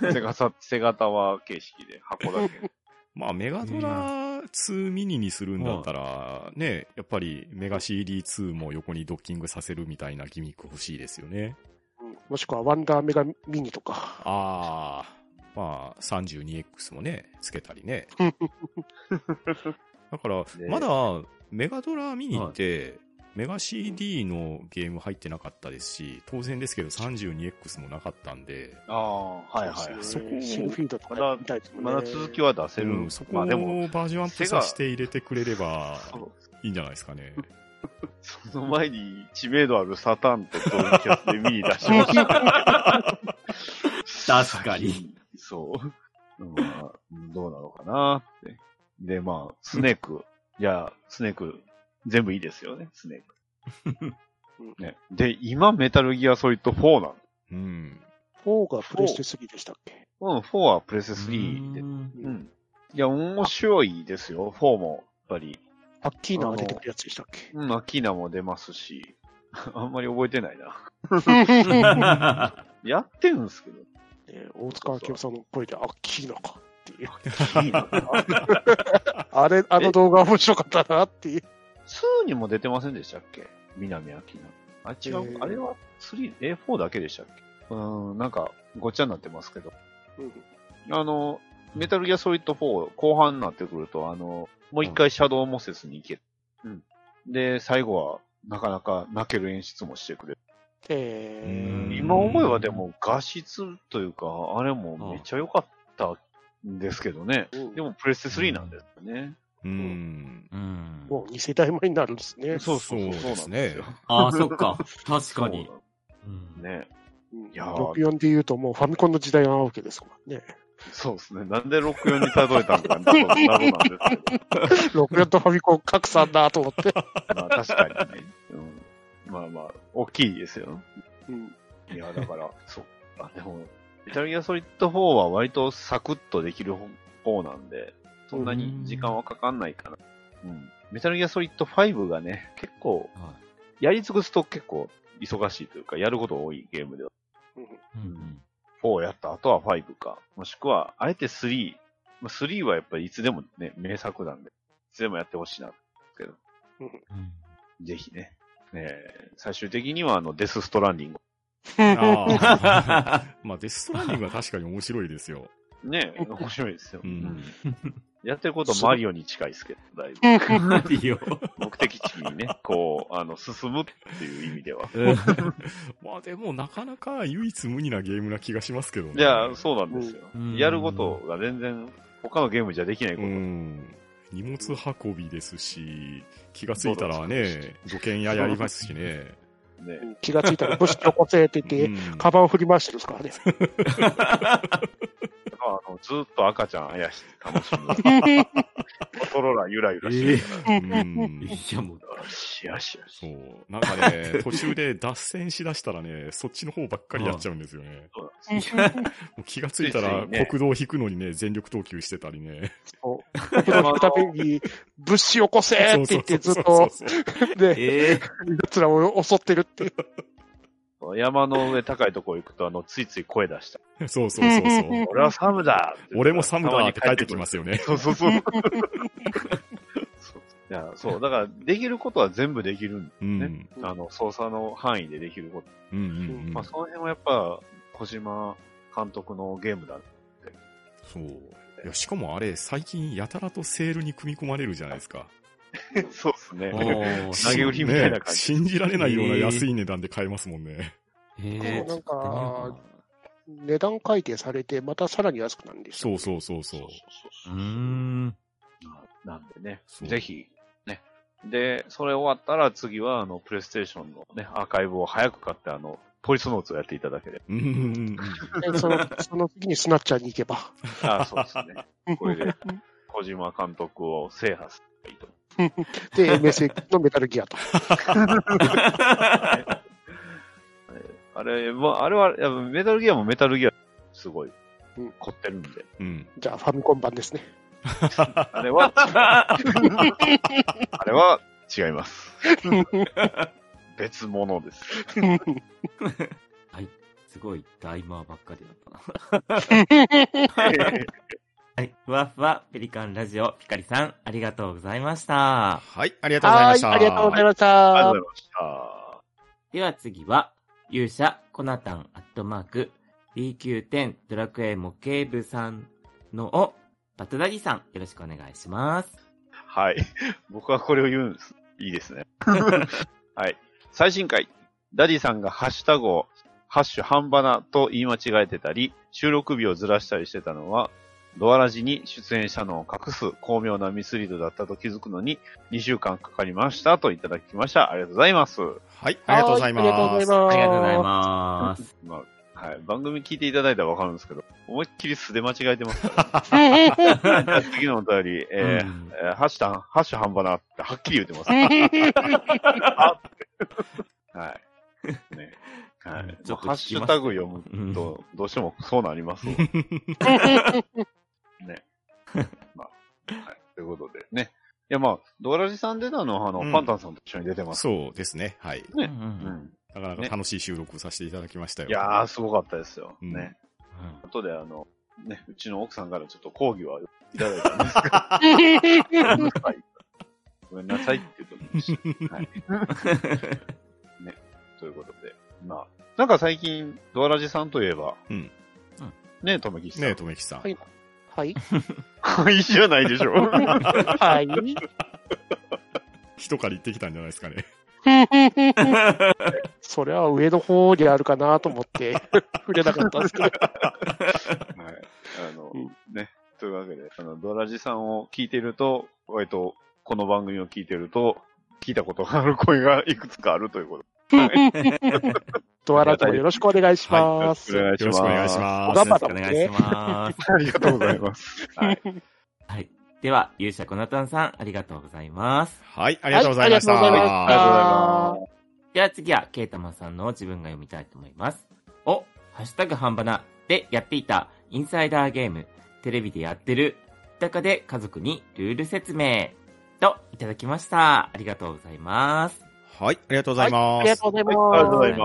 Speaker 4: うセガさ、セガタワー形式で、箱だけ。
Speaker 1: まあ、メガドラ2ミニにするんだったら、ね、やっぱりメガ CD2 も横にドッキングさせるみたいなギミック欲しいですよね。
Speaker 2: もしくはワンダーメガミニとか。
Speaker 1: あー、まあ、32X もね、つけたり ね。だから、
Speaker 4: ね
Speaker 1: まだ、メガドラミニって、メガ CD のゲーム入ってなかったですし、当然ですけど 32X もなかったんで、
Speaker 4: ああ、はいはい
Speaker 2: そう。です
Speaker 1: そこ
Speaker 2: ねシンフィードとかやりたいですもんね
Speaker 4: まだ続きは出せる。
Speaker 1: うんそこ
Speaker 4: ま
Speaker 1: を
Speaker 4: あ
Speaker 1: バ
Speaker 4: でも、
Speaker 1: ージョンアップさせて入れてくれれば
Speaker 4: そう
Speaker 1: いいんじゃないですかね。
Speaker 4: その前に知名度あるサタンとドンキャスで見に出しました。
Speaker 3: 確かに。
Speaker 4: そう。まあ、どうなのかなって。で、まあ、スネーク。じゃあ、スネーク、全部いいですよね、スネーク。ね、で、今、メタルギアソリッド4なの。
Speaker 1: うん。
Speaker 2: 4がプレステ3でしたっけ
Speaker 4: うん、4はプレステ3で。
Speaker 3: うん
Speaker 4: うん。いや、面白いですよ、4も。やっぱり。
Speaker 2: アッキーナが出てくるやつでしたっけ
Speaker 4: うん、アキーナも出ますし。あんまり覚えてないな。 やってるんですけど。
Speaker 2: ね大塚明夫さんの声でアッキーナかっていう。
Speaker 4: いいな。
Speaker 2: あれ、あの動画面白かったなっていう。
Speaker 4: 2にも出てませんでしたっけ南明菜。あ、違う、
Speaker 2: えー
Speaker 4: あれは 3? え、4だけでしたっけうーん、なんか、ごっちゃになってますけど。
Speaker 2: うん
Speaker 4: あの、メタルギアソリッド4、後半になってくると、あの、もう一回シャドウモセスに行ける。うん。で、最後は、なかなか泣ける演出もしてくれる。
Speaker 2: え
Speaker 1: うん
Speaker 2: ー、
Speaker 4: 今思えばでも、画質というか、あれもめっちゃ良かったんですけどね。
Speaker 2: うん
Speaker 4: でも、プレステ3なんですよね。
Speaker 1: うん。
Speaker 3: うん
Speaker 2: もう2世代前になるんですね。
Speaker 4: そう
Speaker 1: そ
Speaker 4: そううそう
Speaker 1: ですね。
Speaker 3: ああ、そっか。確かに。
Speaker 4: そうなのね。
Speaker 2: うん
Speaker 4: いやー
Speaker 2: 64で言うともうファミコンの時代なわけですもんね。
Speaker 4: そうですね。なんで64に例えたのか、 謎なんですけ
Speaker 2: 64とファミコン格差あんなと思って。
Speaker 4: ど。まあ確かにね。うん、まあまあ、大きいですよ。
Speaker 2: うん
Speaker 4: いや、だから、そう。あ、でも、メタルギアソリッド4は割とサクッとできる方なんで、そんなに時間はかかんないかな。うん。メタルギアソリッド5がね、結構、
Speaker 3: は
Speaker 4: やり尽くすと結構忙しいというか、やること多いゲームでは。
Speaker 3: い。
Speaker 4: 4をやった後は5か。もしくは、あえて3。まあ3はやっぱりいつでもね、名作なんで、いつでもやってほしいな。ぜひね。ねえ最終的にはあの、デスストランディング。
Speaker 1: ああ。まあ、デスストランディングは確かに面白いですよ。
Speaker 4: ねえ面白いですよ。
Speaker 1: うん。
Speaker 4: やってることマリオに近いですけど、だいぶ。
Speaker 3: マリオ。
Speaker 4: 目的地 にね、こう、あの、進むっていう意味では。
Speaker 1: まあでも、なかなか唯一無二なゲームな気がしますけどね。
Speaker 4: いや、そうなんですよ
Speaker 3: うん。
Speaker 4: やることが全然、他のゲームじゃできないうこ
Speaker 1: ん。荷物運びですし、気がついたらね、土建屋やりますし ね。
Speaker 4: とね。
Speaker 2: 気がついたら物資をこせって言
Speaker 1: う
Speaker 2: って、
Speaker 1: ん
Speaker 2: カバンを振り回してるんですからね。
Speaker 4: あのずっと赤ちゃんあやして楽しむ。トローラーゆらゆらしてるから、
Speaker 1: うん
Speaker 3: いや、もう、
Speaker 4: シャシャシ
Speaker 1: そ
Speaker 4: ャ。
Speaker 1: う。なんか ね、途中で脱線しだしたらね、そっちの方ばっかりやっちゃうんですよね。
Speaker 4: そうなんです
Speaker 1: もう気がついたら、
Speaker 4: ついついね
Speaker 1: 国道引くのにね、全力投球してたりね。
Speaker 2: そう。車のために、物資起こせって言ってずっと、
Speaker 1: そうそうそうそう
Speaker 2: で、
Speaker 3: ええ
Speaker 2: 奴らを襲ってるっていう。
Speaker 4: そう山の上高いとこ行くと、あの、ついつい声出した。
Speaker 1: そうそうそうそう。
Speaker 4: 俺はサムだ
Speaker 1: 俺もサムだーって帰ってき
Speaker 4: す
Speaker 1: ますよね。
Speaker 4: そうそうそう。そういや、そう、だから、できることは全部できるん
Speaker 1: うん。う
Speaker 4: ね
Speaker 1: ん
Speaker 4: あの、操作の範囲でできること。
Speaker 1: うんうん。
Speaker 4: まあ、その辺はやっぱ、小島監督のゲームだ。
Speaker 1: そう。いや、しかもあれ、最近やたらとセールに組み込まれるじゃないですか。
Speaker 4: そうですね。
Speaker 3: ー。
Speaker 4: 投げ売りみたいな感じ
Speaker 1: 信じられないような安い値段で買えますもんね。
Speaker 3: ええ
Speaker 2: なんか、値段改定されて、またさらに安くなるんですよ。
Speaker 1: そうそうそうそう。
Speaker 3: うーん。
Speaker 4: なんでね、
Speaker 1: そう
Speaker 4: ぜひ、ね。で、それ終わったら次は、あの、プレイステーションのね、アーカイブを早く買って、あの、ポリスノーツをやっていただけれ
Speaker 1: うんうんうん。
Speaker 2: でその、その次にスナッチャーに行けば。
Speaker 4: ば。 ああ、そうですね。これで、小島監督を制覇すればいいと。
Speaker 2: で、MSX のメタルギアと。
Speaker 4: あれ、まあ、あれは、いやメタルギアもメタルギア、すごい
Speaker 2: うん、
Speaker 4: 凝ってるんで。
Speaker 1: うん。
Speaker 2: じゃあ、ファミコン版ですね。
Speaker 4: あれは、あれは違います。別物です。
Speaker 3: すごいダイマーばっかりだったな。はい。ふわふわペリカンラジオピカリさん、ありがとうございました。
Speaker 1: はい、ありがとうござい
Speaker 2: は
Speaker 1: ま
Speaker 2: い
Speaker 1: し、た。
Speaker 2: ありがとうございました
Speaker 4: ありがとう。ございました。
Speaker 3: では次は、勇者コナタンアットマーク B910 ドラクエ模型部さんのをバトダギさん、よろしくお願いします。
Speaker 4: はい。僕はこれを言うんです。いいですね。はい。最新回、ダディさんがハッシュタグを、ハッシュ半ばなと言い間違えてたり、収録日をずらしたりしてたのは、ドアラジに出演したのを隠す巧妙なミスリードだったと気づくのに2週間かかりましたといただきました。ありがとうございます。
Speaker 1: はい、ありがとうございます。
Speaker 3: ありがとうご
Speaker 2: は
Speaker 3: ざい
Speaker 2: い
Speaker 3: ます。
Speaker 4: まあ、はい。番組聞いていただいたらわかるんですけど、思いっきり素で間違えてますから。次のお便り、えー
Speaker 3: うん
Speaker 4: えーハッシュタン、ハッシュ半ばなってはっきり言ってます。はい。ね。はい。
Speaker 3: ちょっと
Speaker 4: ハッシュタグ読
Speaker 3: うん
Speaker 4: むと、どうしてもそうなりますわね。まあ、はい。ということでね。いや、まあ、ドラジさん出たのは、あの、
Speaker 1: うん
Speaker 4: パンタンさんと一緒に出てます。
Speaker 1: そうですね。はい。
Speaker 3: う
Speaker 4: ね
Speaker 3: んう
Speaker 4: うんん。
Speaker 1: なかなか楽しい収録をさせていただきましたよ。
Speaker 4: いやー、すごかったですよ。
Speaker 1: うん
Speaker 4: ね。
Speaker 3: うん
Speaker 4: 後で、あの、ね、うちの奥さんからちょっと抗議はいただいたんですけど、はいごめんなさいって言うことにして はい。ね。ということで。まあ、なんか最近、ドアラジさんといえば、
Speaker 1: うん
Speaker 3: うん
Speaker 4: ねえ、とめきさん。
Speaker 1: ねえ、とめきさん。
Speaker 2: はい。はい。
Speaker 4: いいじゃない でしょ。
Speaker 2: はい。
Speaker 1: 人から言ってきたんじゃないですかね。
Speaker 2: それは上の方にあるかなと思って、触れなかったんですけど。
Speaker 4: はい。あの、
Speaker 2: うん
Speaker 4: ね。というわけで、あの、ドラジさんを聞いていると、割と、この番組を聞いていると、聞いたことがある声がいくつかあるということ。はい。よ
Speaker 2: ドアラジもよろしくお願いしま
Speaker 4: ろし
Speaker 2: す。
Speaker 4: くお願いし
Speaker 1: よ
Speaker 4: ます。
Speaker 1: ろしくお願いし
Speaker 3: よ
Speaker 1: ま
Speaker 3: ろ
Speaker 1: す
Speaker 2: 頑。張
Speaker 3: し
Speaker 2: っ
Speaker 3: く
Speaker 2: た
Speaker 3: お
Speaker 2: もんね
Speaker 3: 願いします。
Speaker 4: す。ありが とうございます。はい。
Speaker 3: はい。では、勇者コナタンさん、ありがとうございます。
Speaker 1: はい、ありがとうございました。
Speaker 2: はいありがとうございまし
Speaker 4: あり
Speaker 2: た
Speaker 4: がとうございます。
Speaker 3: では次は、ケイタマンさんの自分が読みたいと思います。お、ハッシュタグ半ばなでやっていたインサイダーゲーム、テレビでやってる、豊かで家族にルール説明、といただきました。ありがとうございます。
Speaker 1: はい、ありがとうございます。
Speaker 2: ありがとうござい
Speaker 4: ありがとうご
Speaker 2: ま
Speaker 4: ざい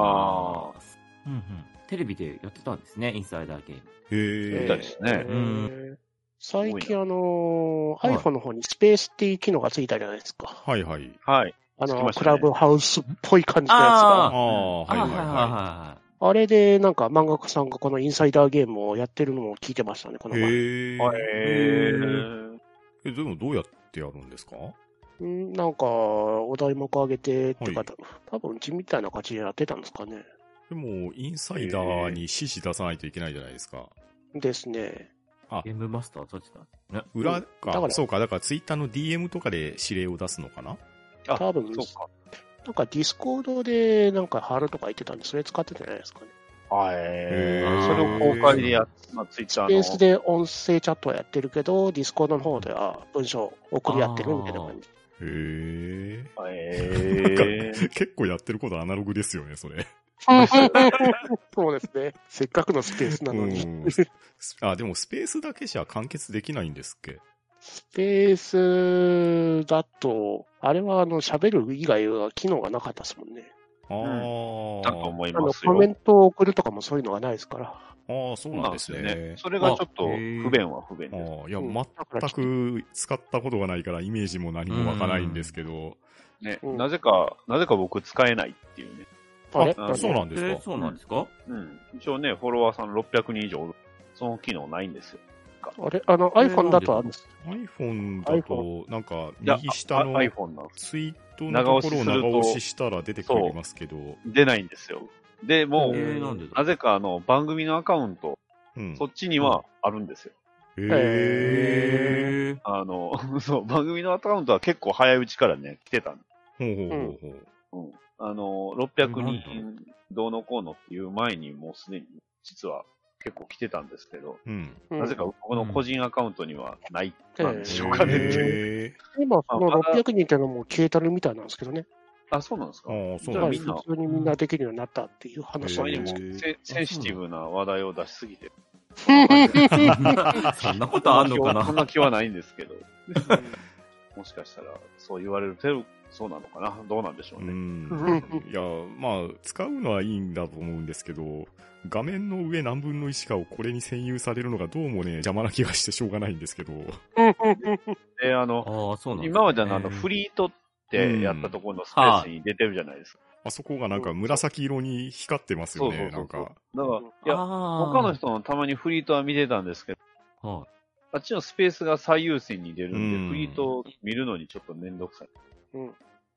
Speaker 4: ます。
Speaker 3: うんうん。テレビでやってたんですね、インサイダーゲーム。
Speaker 1: へ
Speaker 4: み
Speaker 1: ー
Speaker 4: たいですね。
Speaker 3: う
Speaker 2: す。最近あの
Speaker 3: はい
Speaker 2: ー、iPhone の方にスペースっていう機能がついたじゃないですか。
Speaker 1: はいはい。
Speaker 4: はい。
Speaker 2: あ
Speaker 4: つき
Speaker 2: の、
Speaker 4: ました
Speaker 2: ク
Speaker 4: ね
Speaker 2: ラブハウスっぽい感じのやつが
Speaker 1: あ
Speaker 3: あ。
Speaker 1: あ、はいはいは
Speaker 3: は
Speaker 2: あれで、なんか漫画家さんがこのインサイダーゲームをやってるのを聞いたね、この前。この
Speaker 1: い。
Speaker 2: 前。
Speaker 1: へ
Speaker 4: はい
Speaker 1: え。
Speaker 4: え
Speaker 1: え、でもどうやってやるんですか
Speaker 2: うんなんか、お題目あげて、って
Speaker 1: はい
Speaker 2: か、多分うちみたいな感じでやってたんですかね。
Speaker 1: でも、インサイダーに指示出さないといけないじゃないですか。
Speaker 2: ですね。
Speaker 3: い。ゲームマスター撮ってたね。
Speaker 1: 裏
Speaker 2: だか
Speaker 1: か、
Speaker 2: ら
Speaker 1: そうか、だからツイッターの DM とかで指令を出すのかな
Speaker 4: あ
Speaker 2: 多分
Speaker 4: ー。そうか。
Speaker 2: なんかディスコードでなんか貼るとか言ってたんで、それ使ってたじゃないですかね。
Speaker 4: あえ
Speaker 3: へー
Speaker 4: ー、それを公開でやっ、まあ、ツイッタ
Speaker 2: ス
Speaker 4: ー
Speaker 2: ペ
Speaker 4: の。
Speaker 2: ースで音声チャットはやってるけど、ディスコードの方では文章を送り合ってるみたいな感じ。
Speaker 1: へえ。
Speaker 4: え ー、
Speaker 1: 結構やってることアナログですよね、それ。
Speaker 2: そうですね。せっかくのスペースなのに。
Speaker 1: うんスあ、でもスペースだけじゃ完結できないんですっけ
Speaker 2: スペースだと、あれはあの喋る以外は機能がなかったですもんね。
Speaker 1: あー
Speaker 4: だと思い
Speaker 2: あ
Speaker 4: ま
Speaker 2: の
Speaker 4: す
Speaker 2: コメ
Speaker 4: よ。
Speaker 2: ントを送るとかもそういうのがないですから。
Speaker 1: あー、そうなんです
Speaker 4: そうなんですよ
Speaker 1: ね
Speaker 4: ね。それがちょっと
Speaker 3: あへー
Speaker 4: 不便は不便
Speaker 1: あ
Speaker 4: です
Speaker 1: ーいや、
Speaker 2: うん
Speaker 1: 全く使ったことがないから、イメージも何もわかないんですけど。
Speaker 4: ね。
Speaker 2: うん
Speaker 4: なぜか、なぜか僕使えないっていうね。
Speaker 2: あれ
Speaker 4: あ
Speaker 1: そうなんですか
Speaker 3: えーそうなんですか
Speaker 4: うん。一応ね、フォロワーさん600人以上、その機能ないんですよ。
Speaker 2: あれあの iPhone だとあるんです。
Speaker 1: iPhone だと、なんか、右下
Speaker 4: あ
Speaker 1: の
Speaker 4: iPhone なんです。
Speaker 1: ツイートのところを長
Speaker 4: 長
Speaker 1: 押
Speaker 4: 押
Speaker 1: し
Speaker 4: し
Speaker 1: したら出てくりますけど。
Speaker 4: 出ないんですよ。で、も
Speaker 3: え
Speaker 4: う、
Speaker 3: ー、なんでだ
Speaker 4: なぜかあの、番組のアカウント、
Speaker 1: うん
Speaker 4: そっちにはあるんですよ。
Speaker 1: へ
Speaker 3: え ー
Speaker 4: あの、そう、番組のアカウントは結構早いうちからね、来てたの。
Speaker 1: ー。ほうほうほうほう。
Speaker 4: うん。あの、600
Speaker 3: なんだ
Speaker 4: 人どうのこうのっていう前にもうすでに、実は結構来てたんですけど、
Speaker 1: うん。
Speaker 2: うん
Speaker 4: なぜか僕の個人アカウントにはない、
Speaker 2: うん
Speaker 4: なんでしょう
Speaker 2: お
Speaker 4: かね
Speaker 2: 金
Speaker 4: っていう。
Speaker 1: へ
Speaker 2: 今、その600人っていうのも消えたるみたいなんですけどね。
Speaker 4: あ、そうなんですか
Speaker 1: ー。ああ、そう
Speaker 4: じゃ
Speaker 1: な
Speaker 4: あ
Speaker 1: んで
Speaker 2: 普
Speaker 4: み
Speaker 1: す
Speaker 4: ん
Speaker 1: か
Speaker 4: な
Speaker 2: 通にみんなできるようになったっていう話
Speaker 4: そ
Speaker 2: なん
Speaker 4: れ
Speaker 2: で
Speaker 4: に
Speaker 2: す
Speaker 4: も
Speaker 2: けど。
Speaker 1: へー
Speaker 4: セセンシティブな話題を出しすぎて、
Speaker 3: そんなことあんのか
Speaker 4: そん
Speaker 3: な
Speaker 4: な気はないんですけど、もしかしたらそう言われると、そうなのかなどうなんでしょう
Speaker 1: う
Speaker 4: ね。
Speaker 1: ん。いや、まあ、使うのはいいんだと思うんですけど、画面の上何分の1かをこれに占有されるのがどうもね、邪魔な気がしてしょうがないんですけど。
Speaker 4: で、あの、
Speaker 3: ああ、そうなんですね
Speaker 4: 今までのあの、フリートってやったところのスペースに出てるじゃないですか。
Speaker 1: あそこがなんか紫色に光ってますよ
Speaker 4: そうそ
Speaker 1: ね、
Speaker 4: う
Speaker 1: な
Speaker 4: そうんそう
Speaker 1: か。
Speaker 4: だから、い
Speaker 3: あ
Speaker 4: や、
Speaker 3: ー
Speaker 4: 他の人のたまにフリートは見てたんですけど、
Speaker 3: は
Speaker 4: あっちのスペースが最優先に出る
Speaker 1: うん
Speaker 4: んで、フリートを見るのにちょっとめんどくさい。
Speaker 2: うん
Speaker 3: い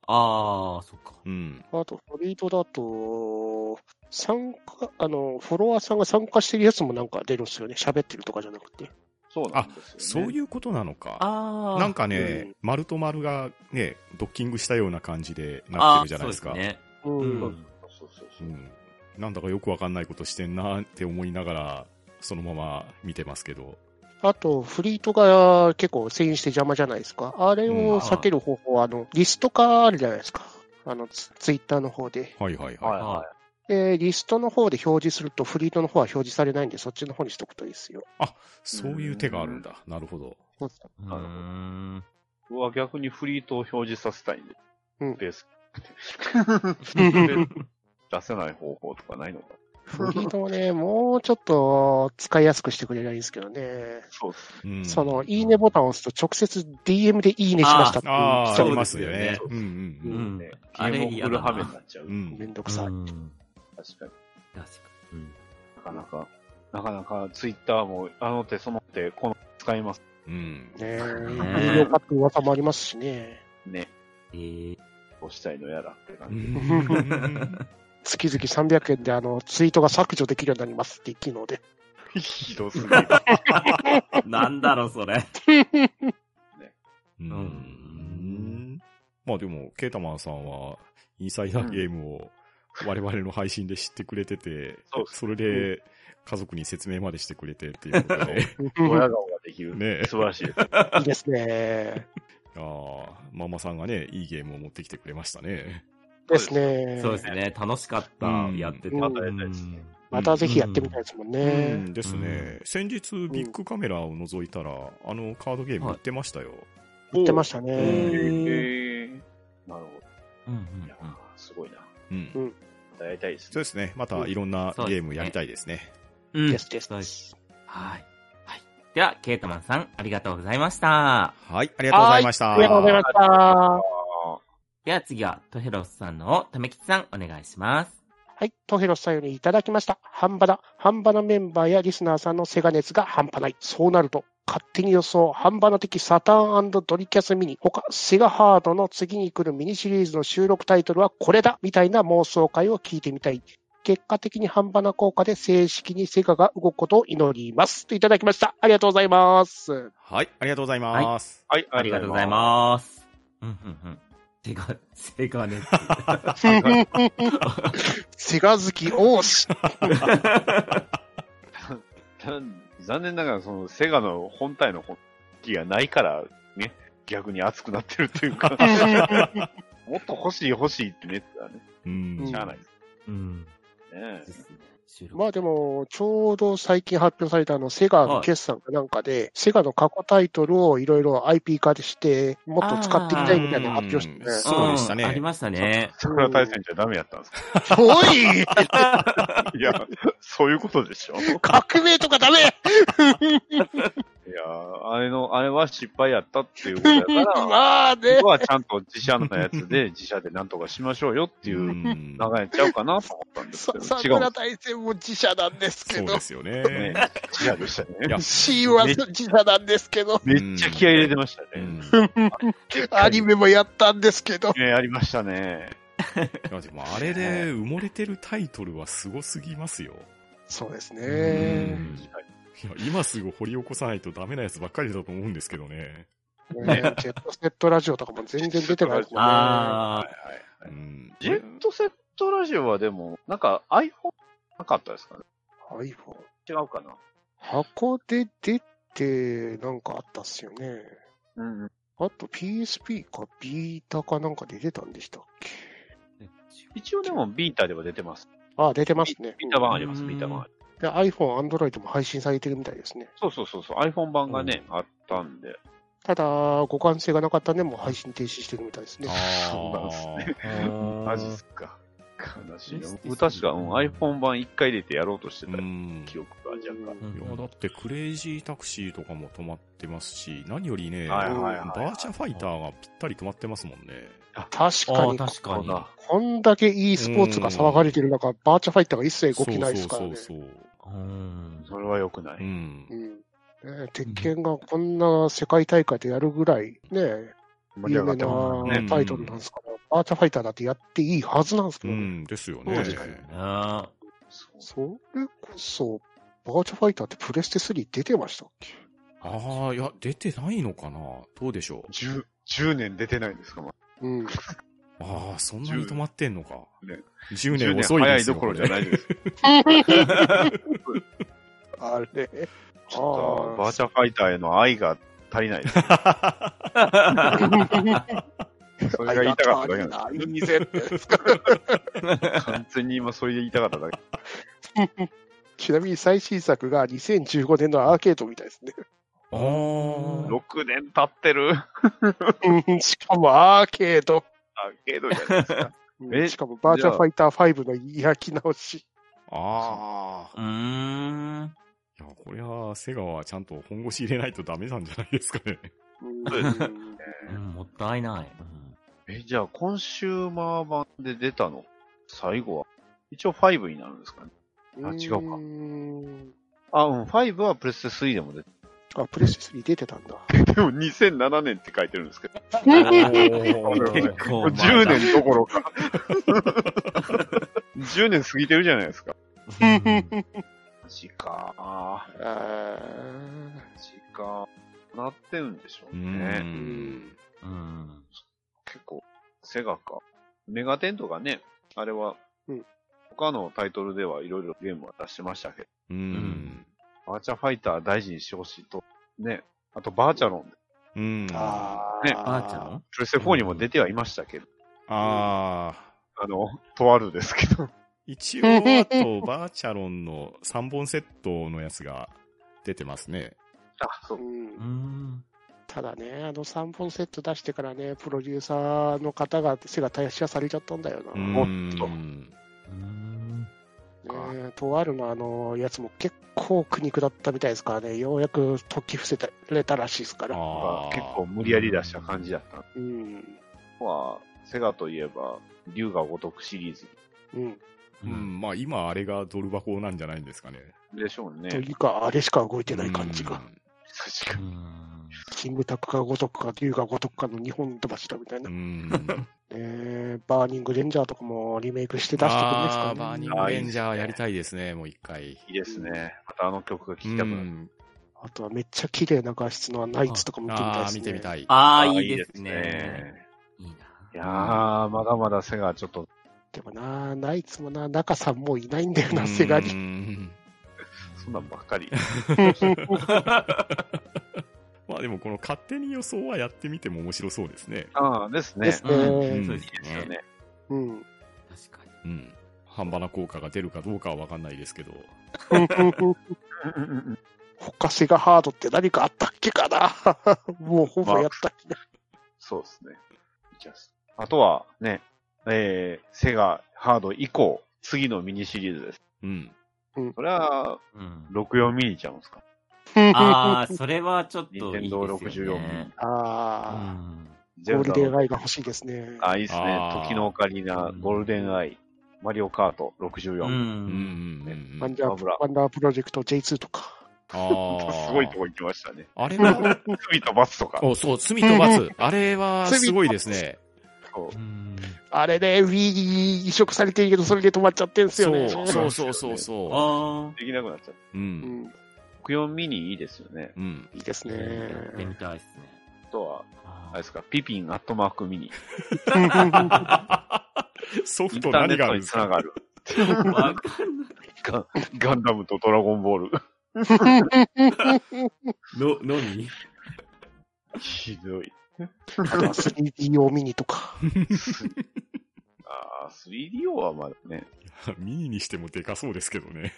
Speaker 3: ああ、そっか。
Speaker 1: うん。
Speaker 2: あと、フォリートだと、参加、あの、フォロワーさんが参加してるやつもなんか出るんですよね。喋ってるとかじゃなくて。
Speaker 4: そうなんです
Speaker 1: そ
Speaker 4: よね。
Speaker 1: ういうことなのか。
Speaker 3: ああ。
Speaker 1: なんか
Speaker 2: う
Speaker 1: ね
Speaker 2: ん、
Speaker 1: 丸と丸がね、ドッキングしたような感じでなって
Speaker 3: あー
Speaker 1: るじゃないですか
Speaker 3: そう。ね。
Speaker 2: う。
Speaker 3: うんん。
Speaker 4: そうそう
Speaker 1: う
Speaker 4: そう。
Speaker 1: ん。なんだかよくわかんないことしてんなって思いながら、そのまま見てますけど。
Speaker 2: あと、フリートが結構遷移して邪魔じゃないですか。あれを避ける方法は、あの、リスト化あるじゃないですか。あの、ツツイッターの方で。
Speaker 1: はいはい
Speaker 4: はい
Speaker 1: はい。
Speaker 4: は
Speaker 2: で、リストの方で表示すると、フリートの方は表示されないんで、そっちの方にしとくといいですよ。
Speaker 1: そういう手があるんだ。なるほど。
Speaker 2: そう
Speaker 3: うーん。
Speaker 4: い。僕は逆にフリートを表示させたいんで、
Speaker 2: うん
Speaker 4: スペース。 出せない方法とかないのか。
Speaker 2: フリートもね、もうちょっと使いやすくしてくれないいんですけどね。
Speaker 4: そうっす。
Speaker 1: うん
Speaker 2: その、いいねボタンを押すと直接 DM でいいねしましたって
Speaker 1: ああ、あ
Speaker 3: そう
Speaker 2: い
Speaker 1: り
Speaker 2: う
Speaker 1: ますよね。
Speaker 3: そう
Speaker 1: うんうん
Speaker 3: う
Speaker 1: うん
Speaker 3: ん
Speaker 4: ね。
Speaker 3: あれ
Speaker 4: ゲームを
Speaker 3: 嫌
Speaker 4: フ
Speaker 3: だ
Speaker 4: ル
Speaker 3: な
Speaker 4: ハメになっちゃう。
Speaker 1: う
Speaker 2: 人。
Speaker 1: ん
Speaker 2: めんどくさい。
Speaker 3: うん
Speaker 4: 確かに。
Speaker 3: 確かに。うん
Speaker 4: なかなか、なかなかツイッターも、あの手その手、この手使います
Speaker 1: うん。
Speaker 2: ね
Speaker 3: ね
Speaker 2: え、有料化って噂もありますしね。
Speaker 4: ね。
Speaker 3: えー
Speaker 4: どうしたいのやらって感
Speaker 1: う
Speaker 4: じ。
Speaker 1: ん
Speaker 2: 月々300円であのツイートが削除できるようになりますっていう機能で。
Speaker 4: ひどすぎる。
Speaker 3: なんだろ、うそれ。
Speaker 1: うんんまあでも、ケータマンさんは、インサイダーゲームを我々の配信で知ってくれてて、
Speaker 4: そうです
Speaker 1: それで家族に説明までしてくれてっていうことで、
Speaker 4: 親顔ができる。
Speaker 1: ね
Speaker 4: 素晴らしいです。
Speaker 2: いいですね。
Speaker 1: あーママさんがね、いいゲームを持ってきてくれましたね。
Speaker 2: ですね。
Speaker 3: そうですね。楽しかった。
Speaker 1: うん
Speaker 3: やってて。
Speaker 2: ま
Speaker 4: たやりたいです
Speaker 3: う
Speaker 4: ね
Speaker 3: ん
Speaker 2: またぜひやってみたいですもん
Speaker 1: う
Speaker 2: ね。
Speaker 1: んですね。先日、ビッグカメラを覗いたら、あのカードゲーム売ってましたよ。
Speaker 2: 言ってましたね。
Speaker 4: へーなるほ
Speaker 3: うんう
Speaker 4: ど。
Speaker 3: ん
Speaker 4: いやーすごいな。
Speaker 1: うん
Speaker 2: うん
Speaker 4: またやりたいです
Speaker 1: そう
Speaker 4: ね。
Speaker 1: ですね。またいろんな
Speaker 3: そうで
Speaker 1: ゲ
Speaker 3: すね
Speaker 1: ームやりたいですね。
Speaker 3: うん。
Speaker 2: ですです
Speaker 3: そ
Speaker 2: で
Speaker 3: うです
Speaker 2: す。
Speaker 3: はい。はい。では、ケータマンさん、ありがとうございました。
Speaker 1: はい、ありがとうございました。
Speaker 2: ありがとうございました。
Speaker 3: では次は、トヘロスさんの、ためきちさん、お願いします。
Speaker 2: はい。トヘロスさんよりいただきました。半端だ。半端なメンバーやリスナーさんのセガ熱が半端ない。そうなると、勝手に予想、半端な的サターンドリキャスミニ、他、セガハードの次に来るミニシリーズの収録タイトルはこれだみたいな妄想会を聞いてみたい。結果的に半端な効果で正式にセガが動くことを祈ります。といただきました。ありがとうございます。
Speaker 1: はい、ありがとうございます。
Speaker 4: はい、
Speaker 3: ありがとうございます。うんうんうん。セガ、セガネって
Speaker 2: セガ好き王 子。
Speaker 4: ただ残念ながら、そのセガの本体の本気がないから、ね、逆に熱くなってるというか、もっと欲しい欲しいってね、ね
Speaker 1: うん
Speaker 4: しゃあないで
Speaker 3: いう。うん。
Speaker 4: すね
Speaker 3: で。すね。収録
Speaker 2: まあで、も、ちょうど最近発表されたあの、セガの決算かなんかで、セガの過去タイトルをいろいろ IP 化して、もっと使っていきたいみたいなの発表してね
Speaker 1: あー。そうでしたね
Speaker 3: んありましたね。
Speaker 4: 桜大戦じゃダメやったんですか
Speaker 2: おい
Speaker 4: いや、そういうことでしょいや
Speaker 2: 革命とかダメ
Speaker 4: ーあれの、あれは失敗やったっていうことやから、
Speaker 2: まあね
Speaker 4: 僕。はちゃんと自社のやつで、自社でなんとかしましょうよっていううん流れちゃうかなと思ったんです
Speaker 2: さ
Speaker 4: けど、違うんで
Speaker 2: 桜大戦も自社なんですけ
Speaker 1: そう
Speaker 2: ど
Speaker 1: で、すよ
Speaker 4: すよね
Speaker 1: ね。。
Speaker 4: 自社でしたね
Speaker 1: い。や
Speaker 2: C は
Speaker 4: めっ
Speaker 2: 自社なんですけど、
Speaker 4: めっちゃ気合い入れてました
Speaker 1: う
Speaker 4: ね。
Speaker 1: ん
Speaker 2: アニメもやったんですけど、
Speaker 4: ね、ありましたね。
Speaker 1: いやでもあれで埋もれてるタイトルはすごすぎますよ。
Speaker 2: そうです
Speaker 1: う
Speaker 2: ね。
Speaker 1: んいや今すぐ掘り起こさないとダメなやつばっかりだと思うんですけどね。
Speaker 2: ねジェットセットラジオとかも全然出てないですもんね。
Speaker 3: ああ、
Speaker 1: うん
Speaker 4: ジェットセットラジオはでも、なんか iPhone なかったですかね
Speaker 2: iPhone。
Speaker 4: 違うかな
Speaker 2: 箱で出て、なんかあったっすよね。
Speaker 4: うん。
Speaker 2: あと PSP かビータかなんかで出たんでしたっけ
Speaker 4: 一応でもビータでは出てます。
Speaker 2: あ出てますね。
Speaker 4: ビータ版ありま
Speaker 3: う
Speaker 4: す、
Speaker 3: ん
Speaker 4: ビータ版。
Speaker 2: で iPhone、Android も配信されてるみたいですね。
Speaker 4: そうそうそうそう、iPhone 版がね、あったんで。
Speaker 2: ただ、互換性がなかったんで、もう配信停止してるみたいですね。
Speaker 1: あ
Speaker 4: そう
Speaker 1: ー
Speaker 4: マ
Speaker 3: マ
Speaker 4: ジっすか。悲しいな
Speaker 3: ですです。ね
Speaker 4: 僕確か、うん、iPhone 版一回出てやろうとして
Speaker 1: う
Speaker 4: た
Speaker 1: ん
Speaker 4: 記憶が若干。
Speaker 1: いやだってクレイジータクシーとかも止まってますし、何よりね、
Speaker 4: はいはいはいはい
Speaker 1: バーチャファイターがぴったり止まってますもんね。
Speaker 2: 確かに、
Speaker 3: あー確か
Speaker 4: そう
Speaker 3: に
Speaker 4: だ。
Speaker 2: こんだけ e スポーツが騒がれてる中、バーチャファイターが一切動きないですからね。
Speaker 1: そうそうそうそう。
Speaker 3: うん。
Speaker 4: それは良くな
Speaker 1: う
Speaker 4: い。
Speaker 1: ん
Speaker 2: う。んね鉄拳がこんな世界大会でやるぐらい、ね、
Speaker 4: 盛り
Speaker 2: 有名
Speaker 4: 上がって
Speaker 2: な
Speaker 4: ま
Speaker 1: ね
Speaker 2: タイトルなんですから、バーチャファイターだってやっていいはずなんですけ
Speaker 1: う
Speaker 2: どね。
Speaker 1: ん、ですよね。
Speaker 2: 確か
Speaker 4: に
Speaker 3: あ
Speaker 4: す。そう
Speaker 2: それこそ、バーチャファイターってプレステ3出てましたっけ
Speaker 1: ああ、いや、出てないのかなどうでしょう。
Speaker 4: 10, 10年出てないんですか、ま
Speaker 2: うん。
Speaker 1: ああ、そんなに止まってんのか。
Speaker 4: ね
Speaker 1: 10
Speaker 4: 10
Speaker 1: 年
Speaker 4: 年
Speaker 1: 遅い
Speaker 4: 早
Speaker 1: で
Speaker 4: い
Speaker 1: すよ。
Speaker 4: どころじゃ
Speaker 1: い。
Speaker 4: ないです。
Speaker 2: あれ。
Speaker 4: ちょっと
Speaker 2: あ
Speaker 4: バーチャファイターへの愛が足りないです。それが言いたかっただけなん
Speaker 2: いいぜって
Speaker 4: です。完全に今それで言いたかっただけ。
Speaker 2: ちなみに最新作が2015年のアーケードみたいですね。
Speaker 1: ああ。
Speaker 4: 6年経ってる。
Speaker 2: うんしかもアーケード。
Speaker 4: アーケードじゃない ですか。
Speaker 2: うん
Speaker 4: え
Speaker 2: しかもバーチャファイター5の焼き直し。
Speaker 1: あ
Speaker 3: あ。うーん。
Speaker 1: あ。いや、これは、セガはちゃんと本腰入れないとダメなんじゃないですかね。
Speaker 2: うん
Speaker 3: うんもったいない。
Speaker 4: え、じゃあ、コンシューマー版で出たの、最後は、一応5になるんですかね。あ違うか
Speaker 2: ん
Speaker 4: あ、うん、5はプレステ3でも出て
Speaker 2: あ、プレステ3出てたんだ。
Speaker 4: でも2007年って書いてるんですけど、
Speaker 3: 結構
Speaker 4: 10年どころか。10年過ぎてるじゃないですか。
Speaker 3: 年。
Speaker 4: マジか。あ
Speaker 2: あー
Speaker 4: ーマジか。なってるんでしょ
Speaker 1: う。
Speaker 4: うんね。
Speaker 3: うん。
Speaker 4: 結構、セガか。メガテンとかね、あれは、
Speaker 2: うん
Speaker 4: 他のタイトルではいろいろゲームは出してましたけど、
Speaker 1: うん。
Speaker 4: バーチャファイター大事にしてほしいと。ね。あと、バーチャロン。
Speaker 1: うん。あ
Speaker 2: あー
Speaker 4: ね
Speaker 3: ばあちゃん
Speaker 4: プレステ4にも出てはいましたけど、
Speaker 1: あー。
Speaker 4: あの、とあるですけど。
Speaker 1: 一応、あ と、バーチャロンの3本セットのやつが出てますね。
Speaker 4: あ、そうう。
Speaker 2: ん
Speaker 3: うん。
Speaker 2: ただね、あの3本セット出してからね、プロデューサーの方が背が退社されちゃったんだよな。
Speaker 1: う
Speaker 2: ね
Speaker 1: ん。
Speaker 3: うん。
Speaker 2: えとあるのあのやつも結構苦肉だったみたいですからね、ようやく突起伏せれたらしいですから。
Speaker 1: あー
Speaker 4: 結構無理やり出した感じだった。
Speaker 2: うん。
Speaker 4: まあ、セガといえば、竜が如くシリーズ
Speaker 2: うん。
Speaker 1: うん、まあ今あれがドル箱なんじゃないんですかね。
Speaker 4: でしょうね。
Speaker 2: というか、あれしか動いてない感じが。
Speaker 4: 確かに。
Speaker 2: キングタックかごとくか、竜がごとくかの日本飛ばしだみたいな
Speaker 1: う。ん。
Speaker 2: えーバーニングレンジャーとかもリメイクして出してくるんです
Speaker 1: あ
Speaker 2: か
Speaker 1: あ、バーニ
Speaker 2: ね
Speaker 1: ン。グレンジャーやりたいですね、もう一回。
Speaker 4: いいですね。またあの曲が聴きたくなる。
Speaker 2: あとはめっちゃ綺麗な画質のナイツとかも見てみたい
Speaker 1: ああ、
Speaker 2: ですね。
Speaker 1: 見てみたい。
Speaker 3: ああ、
Speaker 4: ー
Speaker 3: いいですね。。いいな。
Speaker 4: いやー、まだまだセガちょっと、
Speaker 2: でもな、ナイツもな、中さんもういないんだよな、セガに。
Speaker 1: に。
Speaker 4: そんなんばっかり。
Speaker 1: まあでもこの勝手に予想はやってみても面白そうですね。
Speaker 4: ああ、ですね。
Speaker 2: で
Speaker 4: ですす
Speaker 2: ね
Speaker 1: うん
Speaker 3: そうです
Speaker 4: よ
Speaker 3: よね。
Speaker 4: ね。
Speaker 2: うん。
Speaker 3: 確かに。
Speaker 1: うん。半端な効果が出るかどうかはわかんないですけど。
Speaker 2: 他セガハードって何かあったっけかなもうほぼやったりな
Speaker 4: そうですね。じゃああとはね、えー、セガハード以降、次のミニシリーズです。
Speaker 1: うん。
Speaker 4: それは、
Speaker 3: うん。
Speaker 4: 64ミニちゃうんですか。
Speaker 3: ああ、それはちょっといいですよ、ね。
Speaker 4: 任天堂64ミニ。
Speaker 3: う
Speaker 2: あ
Speaker 3: ん。
Speaker 2: ー、
Speaker 4: ゼ
Speaker 2: ゴ
Speaker 4: ル
Speaker 2: ール
Speaker 4: ダ
Speaker 2: デンアイが欲しいですね。
Speaker 4: あ、いいですね
Speaker 1: あ。ー
Speaker 4: 時のオカリナ、ゴールデンアイ、マリオカート
Speaker 3: う。
Speaker 4: 64。
Speaker 1: うんんうんう
Speaker 2: ワン
Speaker 1: ん。
Speaker 2: ダー
Speaker 4: 油
Speaker 2: ワンダープロジェクト J2 とか。
Speaker 1: ああ。
Speaker 4: すごいとこ行きましたね。
Speaker 1: あれは、
Speaker 4: 海とバスとか。
Speaker 1: おそう、罪と罰。あれはすごいですね。
Speaker 4: そう
Speaker 3: うん
Speaker 2: あれね、Wii に移植されてるけど、それで止まっちゃってるんですよね。
Speaker 1: そうそうそうそうそ
Speaker 3: あ
Speaker 4: できなくなっちゃっ
Speaker 1: う。う。
Speaker 2: うんん、
Speaker 4: た。64ミニいいですよね。
Speaker 1: うん。
Speaker 2: いいです
Speaker 3: あ。
Speaker 2: ね。
Speaker 3: やってみたいですね。
Speaker 4: あとは、
Speaker 3: あ
Speaker 4: あれ
Speaker 3: ー
Speaker 4: ですか、ピピンアットマークミニ。
Speaker 1: ソ
Speaker 4: イ
Speaker 1: フ
Speaker 4: ン
Speaker 1: ト
Speaker 4: ター
Speaker 1: 何
Speaker 4: ネッ
Speaker 1: があ
Speaker 4: ト
Speaker 1: るん
Speaker 4: に
Speaker 1: です
Speaker 4: 繋
Speaker 1: か
Speaker 4: がる。
Speaker 3: わかんない。
Speaker 4: ガンガンダムとドラゴンボール。
Speaker 3: の、のみ
Speaker 4: ひどい。
Speaker 2: あとは 3DO ミニとか。
Speaker 4: ああ、3DO はまだね。
Speaker 1: ミニにしてもでかそうですけどね。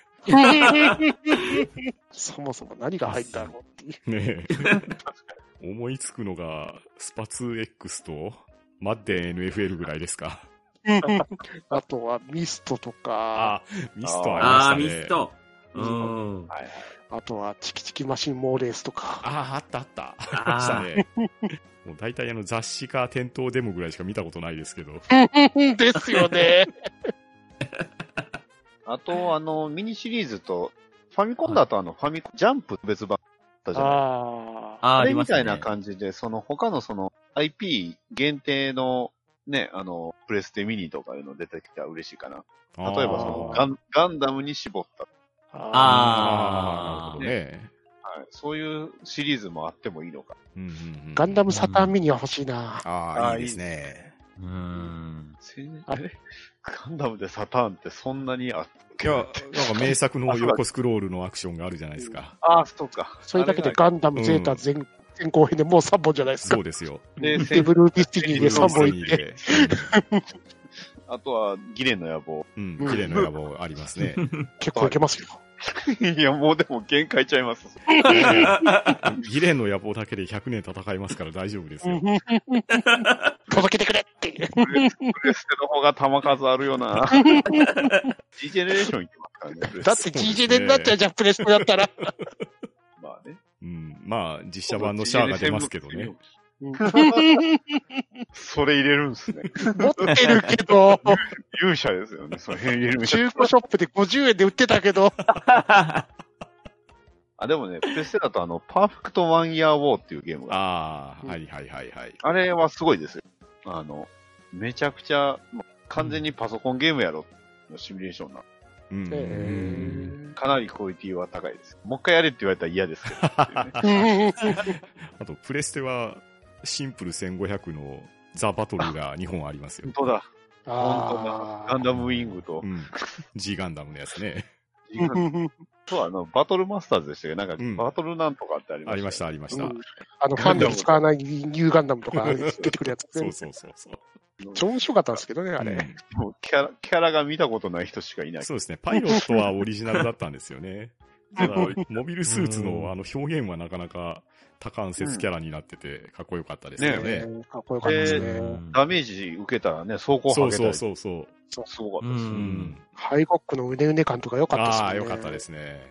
Speaker 2: そもそも何が入ったのっていう。
Speaker 1: ねえ。 思いつくのが、スパ 2X と、マッデン NFL ぐらいですか。
Speaker 2: あとはミストと
Speaker 1: あ、
Speaker 2: か、
Speaker 1: ミスト
Speaker 3: あ
Speaker 1: あ
Speaker 3: あー、
Speaker 1: りま
Speaker 3: ミ
Speaker 1: したね。
Speaker 3: ス。ト。うん。
Speaker 4: はいはい。
Speaker 2: あとはチキチキマシンモーレースとか。
Speaker 1: ああ、あったあった。ありましたね。もう大体あの雑誌か店頭デモぐらいしか見たことないです けど。
Speaker 2: ですよね。
Speaker 4: あと、あの、ミニシリーズと、ファミコンだとあの、ファミコン、ジャンプ別版だったじゃない
Speaker 2: ああ。
Speaker 3: あー
Speaker 4: あ
Speaker 3: あ
Speaker 4: れ
Speaker 3: りま
Speaker 4: み
Speaker 3: した
Speaker 4: た
Speaker 3: ね
Speaker 4: いな感じで、その他のその IP 限定のね、あの、プレステミニとかいうの出てきたら嬉しいかな。例えばその
Speaker 1: あー
Speaker 4: ガン、ガンダムに絞った、
Speaker 1: あー、なる
Speaker 3: あー
Speaker 1: ほどね。
Speaker 4: はいそういうシリーズもあってもいいのか。
Speaker 1: うんうんうん
Speaker 2: ガンダムサターンミニは欲しいな。
Speaker 1: ああ、
Speaker 4: あー
Speaker 1: いいですね。
Speaker 3: うん。
Speaker 4: せん
Speaker 2: あ
Speaker 4: え ガンダムでサターンってそんなにあっ
Speaker 1: いや、なんか名作の横スクロールのアクションがあるじゃないですか。
Speaker 4: ああ、そうか。
Speaker 2: それだけで
Speaker 4: あが
Speaker 2: ガンダムゼータ全,、全後編でもう3本じゃないですか
Speaker 1: そう。ですよ。
Speaker 4: で
Speaker 2: デブルーディスティニーで3本
Speaker 1: ブ
Speaker 2: い
Speaker 1: ルー
Speaker 2: っ
Speaker 1: ス
Speaker 2: て。
Speaker 1: テ
Speaker 4: あとは、ギレンの野望。
Speaker 1: ィニーでうん、綺麗な野望ありますね。
Speaker 2: 結構いけますよ。
Speaker 4: いや、もうでも限界ちゃいます。
Speaker 1: ギレンの野望だけで100年戦いますから大丈夫ですよ。
Speaker 2: 届けてくれっていう。
Speaker 4: プレスプレステの方が弾数ある よな。G ジェネレーションいってますからねプレステ
Speaker 2: だって GJ でになっちゃうじゃん、プレステだったら。
Speaker 4: まあね。
Speaker 1: うん、まあ、実写版のシャアが出ますけどね。。
Speaker 4: それ入れるんですね。
Speaker 2: 持ってるけど、
Speaker 4: 勇者ですよね。その辺入れ る
Speaker 2: 中古ショップで50円で売ってたけど、
Speaker 4: あ、でもね、プレステだとあの、パーフェクトワンイヤーウォーっていうゲームがあ
Speaker 1: ああ、
Speaker 2: うん
Speaker 1: はいはいはいはい。
Speaker 4: あれはすごいですよ。あの、めちゃくちゃ、ま完全にパソコンゲームやろ。のシミュレーションな。
Speaker 1: うん
Speaker 2: え
Speaker 4: かなりクオリティは高いです。もう一回やれって言われたら嫌ですけどっていうね
Speaker 1: あと、プレステは、シンプル1500のザ・バトルが2本ありますよ
Speaker 4: 本。当だ。
Speaker 2: あ
Speaker 4: ガンダムウィングと
Speaker 1: う、ん。G ガンダムのやつね。
Speaker 2: ー
Speaker 4: とあの、バトルマスターズでしたけど、なんか
Speaker 1: うん、
Speaker 4: バトルなんとかってありました。
Speaker 1: ありました、ありました
Speaker 2: う。んあの、ファンで使わないニューガンダムとか出てくるやつです
Speaker 1: そ
Speaker 2: ね
Speaker 1: う。そうそうそう。
Speaker 2: ジョン・ショガタですけどね、あれ。
Speaker 4: もうキャラ、キャラが見たことない人しかいな
Speaker 1: うん
Speaker 4: い。
Speaker 1: そうですね。パイロットはオリジナルだったんですよね。ただ
Speaker 4: うん、
Speaker 1: モビルスーツ
Speaker 3: うん
Speaker 1: のあの表現はなかなか多感節キャラになってて、かっこよかったですよね。
Speaker 2: えーかっこよかったです
Speaker 4: え
Speaker 2: ね。
Speaker 4: ダメージ受けたらね、走行
Speaker 1: そ
Speaker 4: は
Speaker 1: う
Speaker 4: げ
Speaker 1: そ
Speaker 4: た
Speaker 1: う
Speaker 4: りす
Speaker 1: そうそう。
Speaker 4: ごかったです。
Speaker 3: う
Speaker 1: うんん。
Speaker 2: ハイゴックのうねうね感とか良かったで
Speaker 1: あ
Speaker 2: すよ
Speaker 1: あ、
Speaker 2: ね。
Speaker 1: よかった ですね。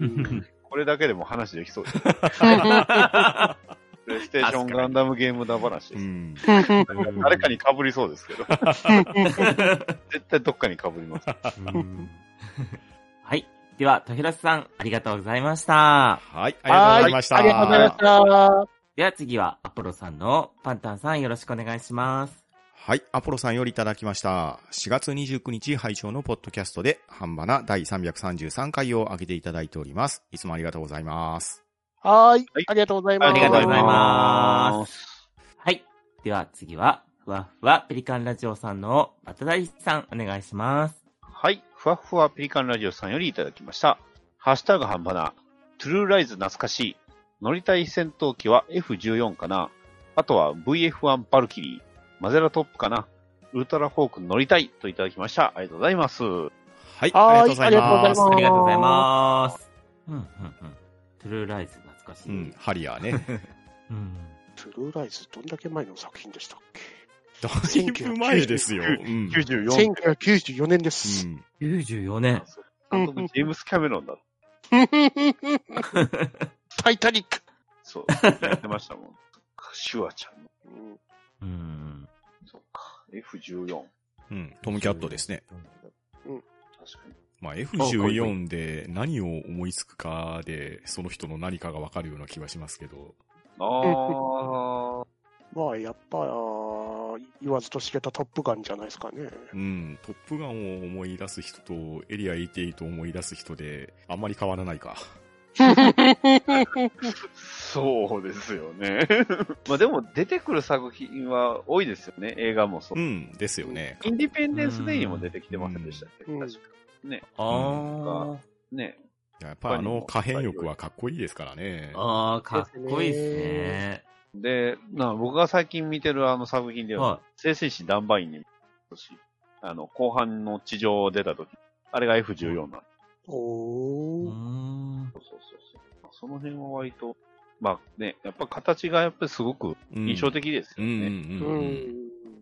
Speaker 2: うん。
Speaker 4: これだけでも話できそう です。プレイステーションガンダムゲームだ話
Speaker 1: う
Speaker 4: です。
Speaker 1: ん。
Speaker 4: 誰かに被りそ うですけど。絶対どっかに被ります。
Speaker 3: はい。では、とひろさん、ありがとうございました。
Speaker 1: はい、ありがとうございました。
Speaker 2: ありがとうございました。
Speaker 3: では次は、アポロさんのパンタンさん、よろしくお願いします。
Speaker 1: はい、アポロさんよりいただきました。4月29日配信のポッドキャストで、ハンバナ第333回を上げていただいております。いつもありがとうございます。
Speaker 2: はーい
Speaker 4: はい。
Speaker 2: ありがとうございます。
Speaker 3: ありがとうござい
Speaker 4: す
Speaker 3: ます。はい。では次は、ふわふわペリカンラジオさんのバタダイさんお願いします。
Speaker 4: はい。ふわふわペリカンラジオさんよりいただきました。ハッシュタグ半端な。トゥルーライズ懐かしい。乗りたい戦闘機は F14 かな。あとは VF1 バルキリー。マゼラトップかな。ウルトラフォーク乗りたいといただきました。ありがとうございます。
Speaker 1: はい、
Speaker 2: は
Speaker 1: あ
Speaker 2: ー
Speaker 1: り
Speaker 2: い
Speaker 1: がとうございます。
Speaker 2: あ
Speaker 3: あ
Speaker 2: り
Speaker 3: り
Speaker 2: がとうご
Speaker 3: がとうご
Speaker 2: ざ
Speaker 3: ざ
Speaker 2: い
Speaker 3: い
Speaker 2: ま
Speaker 3: ます。うんうんうん。トゥルーライズ懐かしい。
Speaker 1: うん、ハリアーね。
Speaker 3: うん
Speaker 2: トゥルーライズ、どんだけ前の作品でしたっけ
Speaker 1: だいぶ前ですよ。うん。
Speaker 4: 94。
Speaker 2: ?1994 年で
Speaker 1: う
Speaker 2: す。
Speaker 1: ん
Speaker 3: 94年。
Speaker 4: 監督ジェームス・キャメロンだ。
Speaker 2: タイタニック、
Speaker 4: そう。やってましたもん。シュワちゃんの。
Speaker 2: うん
Speaker 3: うん。
Speaker 4: そうか。F14。確
Speaker 1: うん。トムキャットですね。
Speaker 4: かに。
Speaker 1: まあ、F14 で何を思いつくかで、その人の何かがわかるような気はしますけど。
Speaker 4: あー。
Speaker 2: まあ、やっぱ、あー言わずと知れたトップガンじゃないですか ね。
Speaker 1: うん。トップガンを思い出す人と、エリア88を思い出す人で、あんまり変わらないか。
Speaker 4: そうですよね。まあでも出てくる作品は多いですよね。映画もそう。
Speaker 1: うん。ですよね。
Speaker 4: インディペンデンスデーにも出てきてませんでしたっけ
Speaker 2: うん
Speaker 4: 確か。ね。
Speaker 3: あー。
Speaker 4: ね。
Speaker 1: やっぱあの可変力はかっこいいですからね。
Speaker 3: あー、かっこいいですね。
Speaker 4: で、な僕が最近見てるあの作品では、
Speaker 3: は
Speaker 4: 聖戦士ダンバインに、あの、後半の地上を出た時、あれが F14 なんで
Speaker 3: い。
Speaker 4: す
Speaker 2: お
Speaker 3: う
Speaker 2: ー。
Speaker 3: ーん。
Speaker 4: そうそうそうそう。まあその辺は割と、まあね、やっぱ形がやっぱりすごく
Speaker 1: うん
Speaker 4: 印象的です
Speaker 1: う
Speaker 4: よ
Speaker 1: ん
Speaker 4: ね。
Speaker 1: うん
Speaker 2: う
Speaker 1: うんうん
Speaker 2: ん。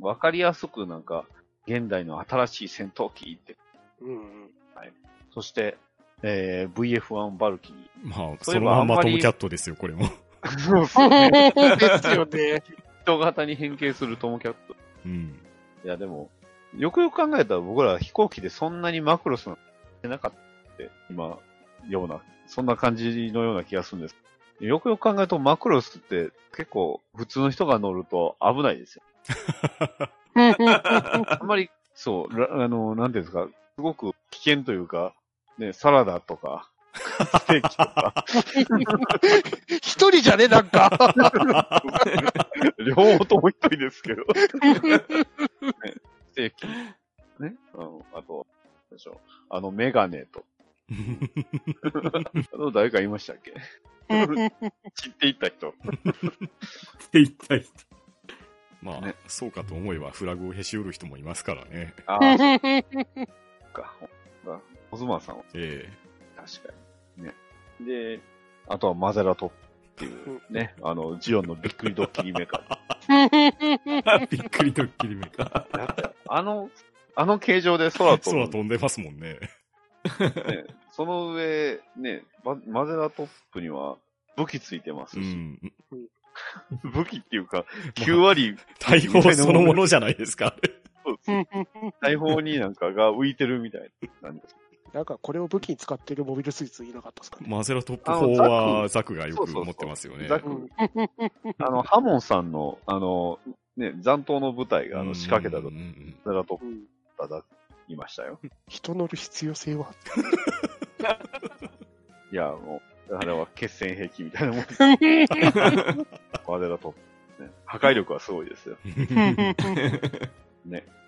Speaker 4: わ、かりやすくなんか、現代の新しい戦闘機って、
Speaker 2: うん。
Speaker 4: そして、えー、VF1 バルキリ
Speaker 1: まあ、そ
Speaker 4: そ
Speaker 1: う
Speaker 4: いえ
Speaker 1: の
Speaker 4: ば
Speaker 1: まん
Speaker 4: あん
Speaker 1: ま
Speaker 4: ま
Speaker 1: ト
Speaker 4: り
Speaker 1: ムキャットですよ、これも。
Speaker 4: ー。そう
Speaker 2: そうですよね。
Speaker 4: 人型に変形するトムキャット。
Speaker 1: うん。
Speaker 4: いや、でも、よくよく考えたら僕ら飛行機でそんなにマクロスなんてなかったって、今、ような、そんな感じのような気がするんです。よくよく考えるとマクロスって結構普通の人が乗ると危ないですよ。あんまり、そう、らあの、なんていうんですか、すごく危険というか、ね、サラダとか、ステーキとか、
Speaker 2: 一人じゃね、なんか。
Speaker 4: 両方とも一人ですけど、ね、ステーキ、ね、あの、あと、なんでしょう、あの、メガネと、あの、誰かいましたっけ散っていった人。
Speaker 3: って言った人。
Speaker 1: まあ、
Speaker 4: ね
Speaker 1: そうかと思えばフラグをへし折る人もいますからね。
Speaker 4: ああ、そっか、ほんとだオズマンさんは
Speaker 1: え
Speaker 4: 確かに。ね。で、あとはマゼラトップ。っていうね、あの、ジオンのびっくりドッキリメーカー。
Speaker 3: びっくりドッキリめか。
Speaker 4: あの、あの形状で
Speaker 1: え
Speaker 4: 空飛
Speaker 1: 空
Speaker 4: ぶ。
Speaker 1: 飛んでますもんね。
Speaker 4: ね、その上、ね、ママゼラトップには武器ついてます
Speaker 1: う
Speaker 4: し、
Speaker 1: ん。
Speaker 4: 武器っていうか、9割、
Speaker 1: 大砲そのものじゃない ですか。
Speaker 4: 大砲になんかが浮いてるみたいな。なんか
Speaker 2: なんか、これを武器に使ってるモビルスーツ言いなかったですかね。
Speaker 1: マゼラトップ砲はザクがよ
Speaker 4: そう
Speaker 1: く
Speaker 4: そうそう
Speaker 1: 持ってますよね。
Speaker 4: ザク
Speaker 2: うん
Speaker 4: あの、ハモンさんの、あの、ね、残党の部隊があ
Speaker 1: う
Speaker 4: の
Speaker 1: ん
Speaker 4: 仕掛けたと
Speaker 1: う、んうん
Speaker 4: マゼラトッ
Speaker 2: う
Speaker 4: プ
Speaker 2: ん
Speaker 4: だだ、いましたよ。
Speaker 2: 人乗る必要 性は。
Speaker 4: いや、もう、あれは決戦兵器みたいなもん。 マゼラトップ。ね、破壊力はすごいですよ。ね。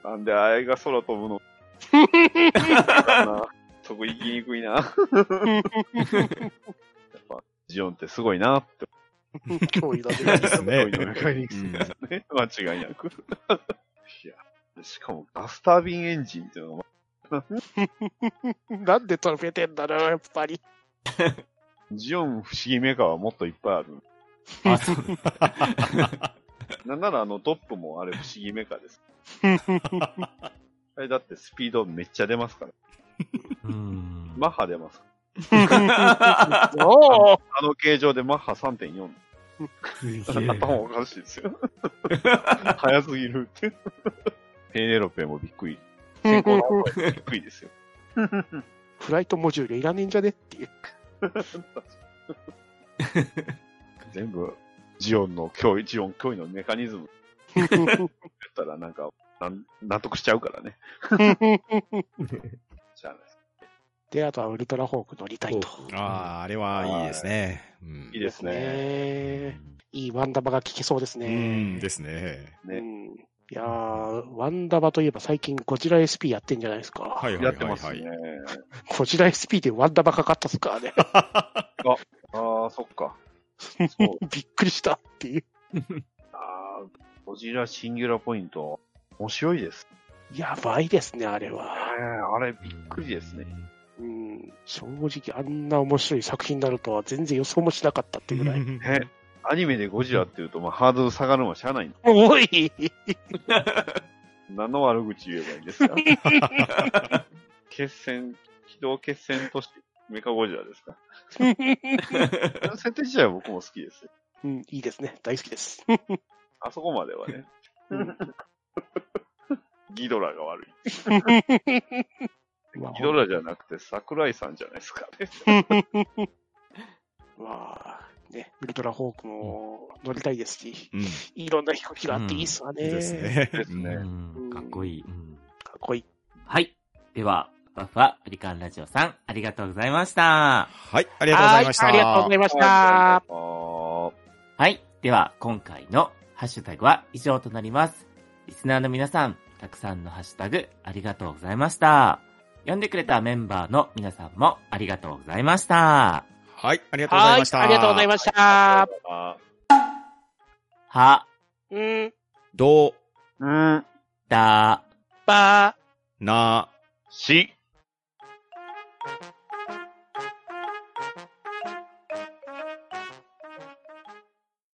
Speaker 4: なんで、あれが空飛 ぶの。なそこ行きにくいな。 やっぱ、ジオンってすごいなって。
Speaker 2: 脅威だ
Speaker 1: で
Speaker 2: ね。
Speaker 1: すね
Speaker 4: すごいのがいい ですね。間違いなく。いや、しかもガスタービンエンジンっていうのが、
Speaker 2: なんで飛べてんだろう、やっぱり。
Speaker 4: ジオン不思議メーカーはもっといっぱいある。
Speaker 3: あ、そう
Speaker 4: なんならあのドップもあれ不思議メーカー です。あれだってスピードめっちゃ出ますから。
Speaker 3: うん。
Speaker 4: マッハ出ます。
Speaker 2: おー
Speaker 4: あの形状でマッハ3.4。
Speaker 3: す げえ
Speaker 4: 頭おかしいですよ。 早すぎるって。ペネロペもびっくり。健康な方がびっくりですよ。
Speaker 2: フライトモジュールいらねえんじゃねっていう。
Speaker 4: 全部、ジオンの脅威、ジオン脅威のメカニズム だったらなんか、なん納得しちゃうからね。じゃあね
Speaker 2: で、あとはウルトラホーク乗りたいと。
Speaker 1: ああ、あれはいいですね。うん
Speaker 4: いいですね。
Speaker 2: ねいいワンダマが効きそうです
Speaker 1: うん
Speaker 2: ね。
Speaker 1: ですね。
Speaker 4: ね
Speaker 2: うんいやー、ワンダバといえば最近ゴジラ SP やってんじゃないですか。
Speaker 1: はいはい
Speaker 4: や
Speaker 1: は
Speaker 4: っ
Speaker 1: い
Speaker 4: てます
Speaker 1: は
Speaker 4: ね
Speaker 1: い。。
Speaker 2: ゴジラ SP でワンダバかかったっすからね。
Speaker 4: ああ、そっか。そう。
Speaker 2: びっくりしたっていう。
Speaker 4: あーゴジラシンギュラポイント、面白いです。
Speaker 2: やばいですね、あれ
Speaker 4: ええ
Speaker 2: は。
Speaker 4: あれびっくりですね。
Speaker 2: うん、正直あんな面白い作品になるとは全然予想もしなかったっていうぐらい。
Speaker 4: ねアニメでゴジラっていうと、まあ、ハードル下がるのはしゃあない。
Speaker 2: おい
Speaker 4: 何の悪口言えばいいんですか 決戦、機動決戦として、メカゴジラですか 設定自体は僕も好きですよ。
Speaker 2: うん、いいですね。大好き です。
Speaker 4: あそこまで はね。
Speaker 2: うん
Speaker 4: ギドラが悪い。
Speaker 2: うわ
Speaker 4: ギドラじゃなくて桜井さんじゃないですかね。
Speaker 2: まあ、ね、ウルトラホークも乗りたいですし、
Speaker 1: うん。
Speaker 2: いろんな飛行機があっていいっすわね。
Speaker 1: ですね。
Speaker 4: です
Speaker 1: う
Speaker 4: ね
Speaker 1: ん
Speaker 3: うんかっこいい。うん
Speaker 2: かっこいい。
Speaker 3: はい。では、ふわふわペリカンラジオさん、ありがとうございました。
Speaker 1: はい、ありがとうございました。
Speaker 2: はありがとうございました。
Speaker 4: あー
Speaker 3: はい。では、今回のハッシュタグは以上となります。リスナーの皆さん、たくさんのハッシュタグ、ありがとうございました。呼んでくれたメンバーの皆さんも、ありがとうございました。
Speaker 1: はい、ありがとうござ
Speaker 2: はいい
Speaker 1: まし、た。
Speaker 2: ありがとうございました。
Speaker 4: あ
Speaker 3: は、
Speaker 2: うん、
Speaker 1: ど
Speaker 4: ー。うん。
Speaker 3: だ、
Speaker 2: ばー。
Speaker 1: う、な、
Speaker 4: し。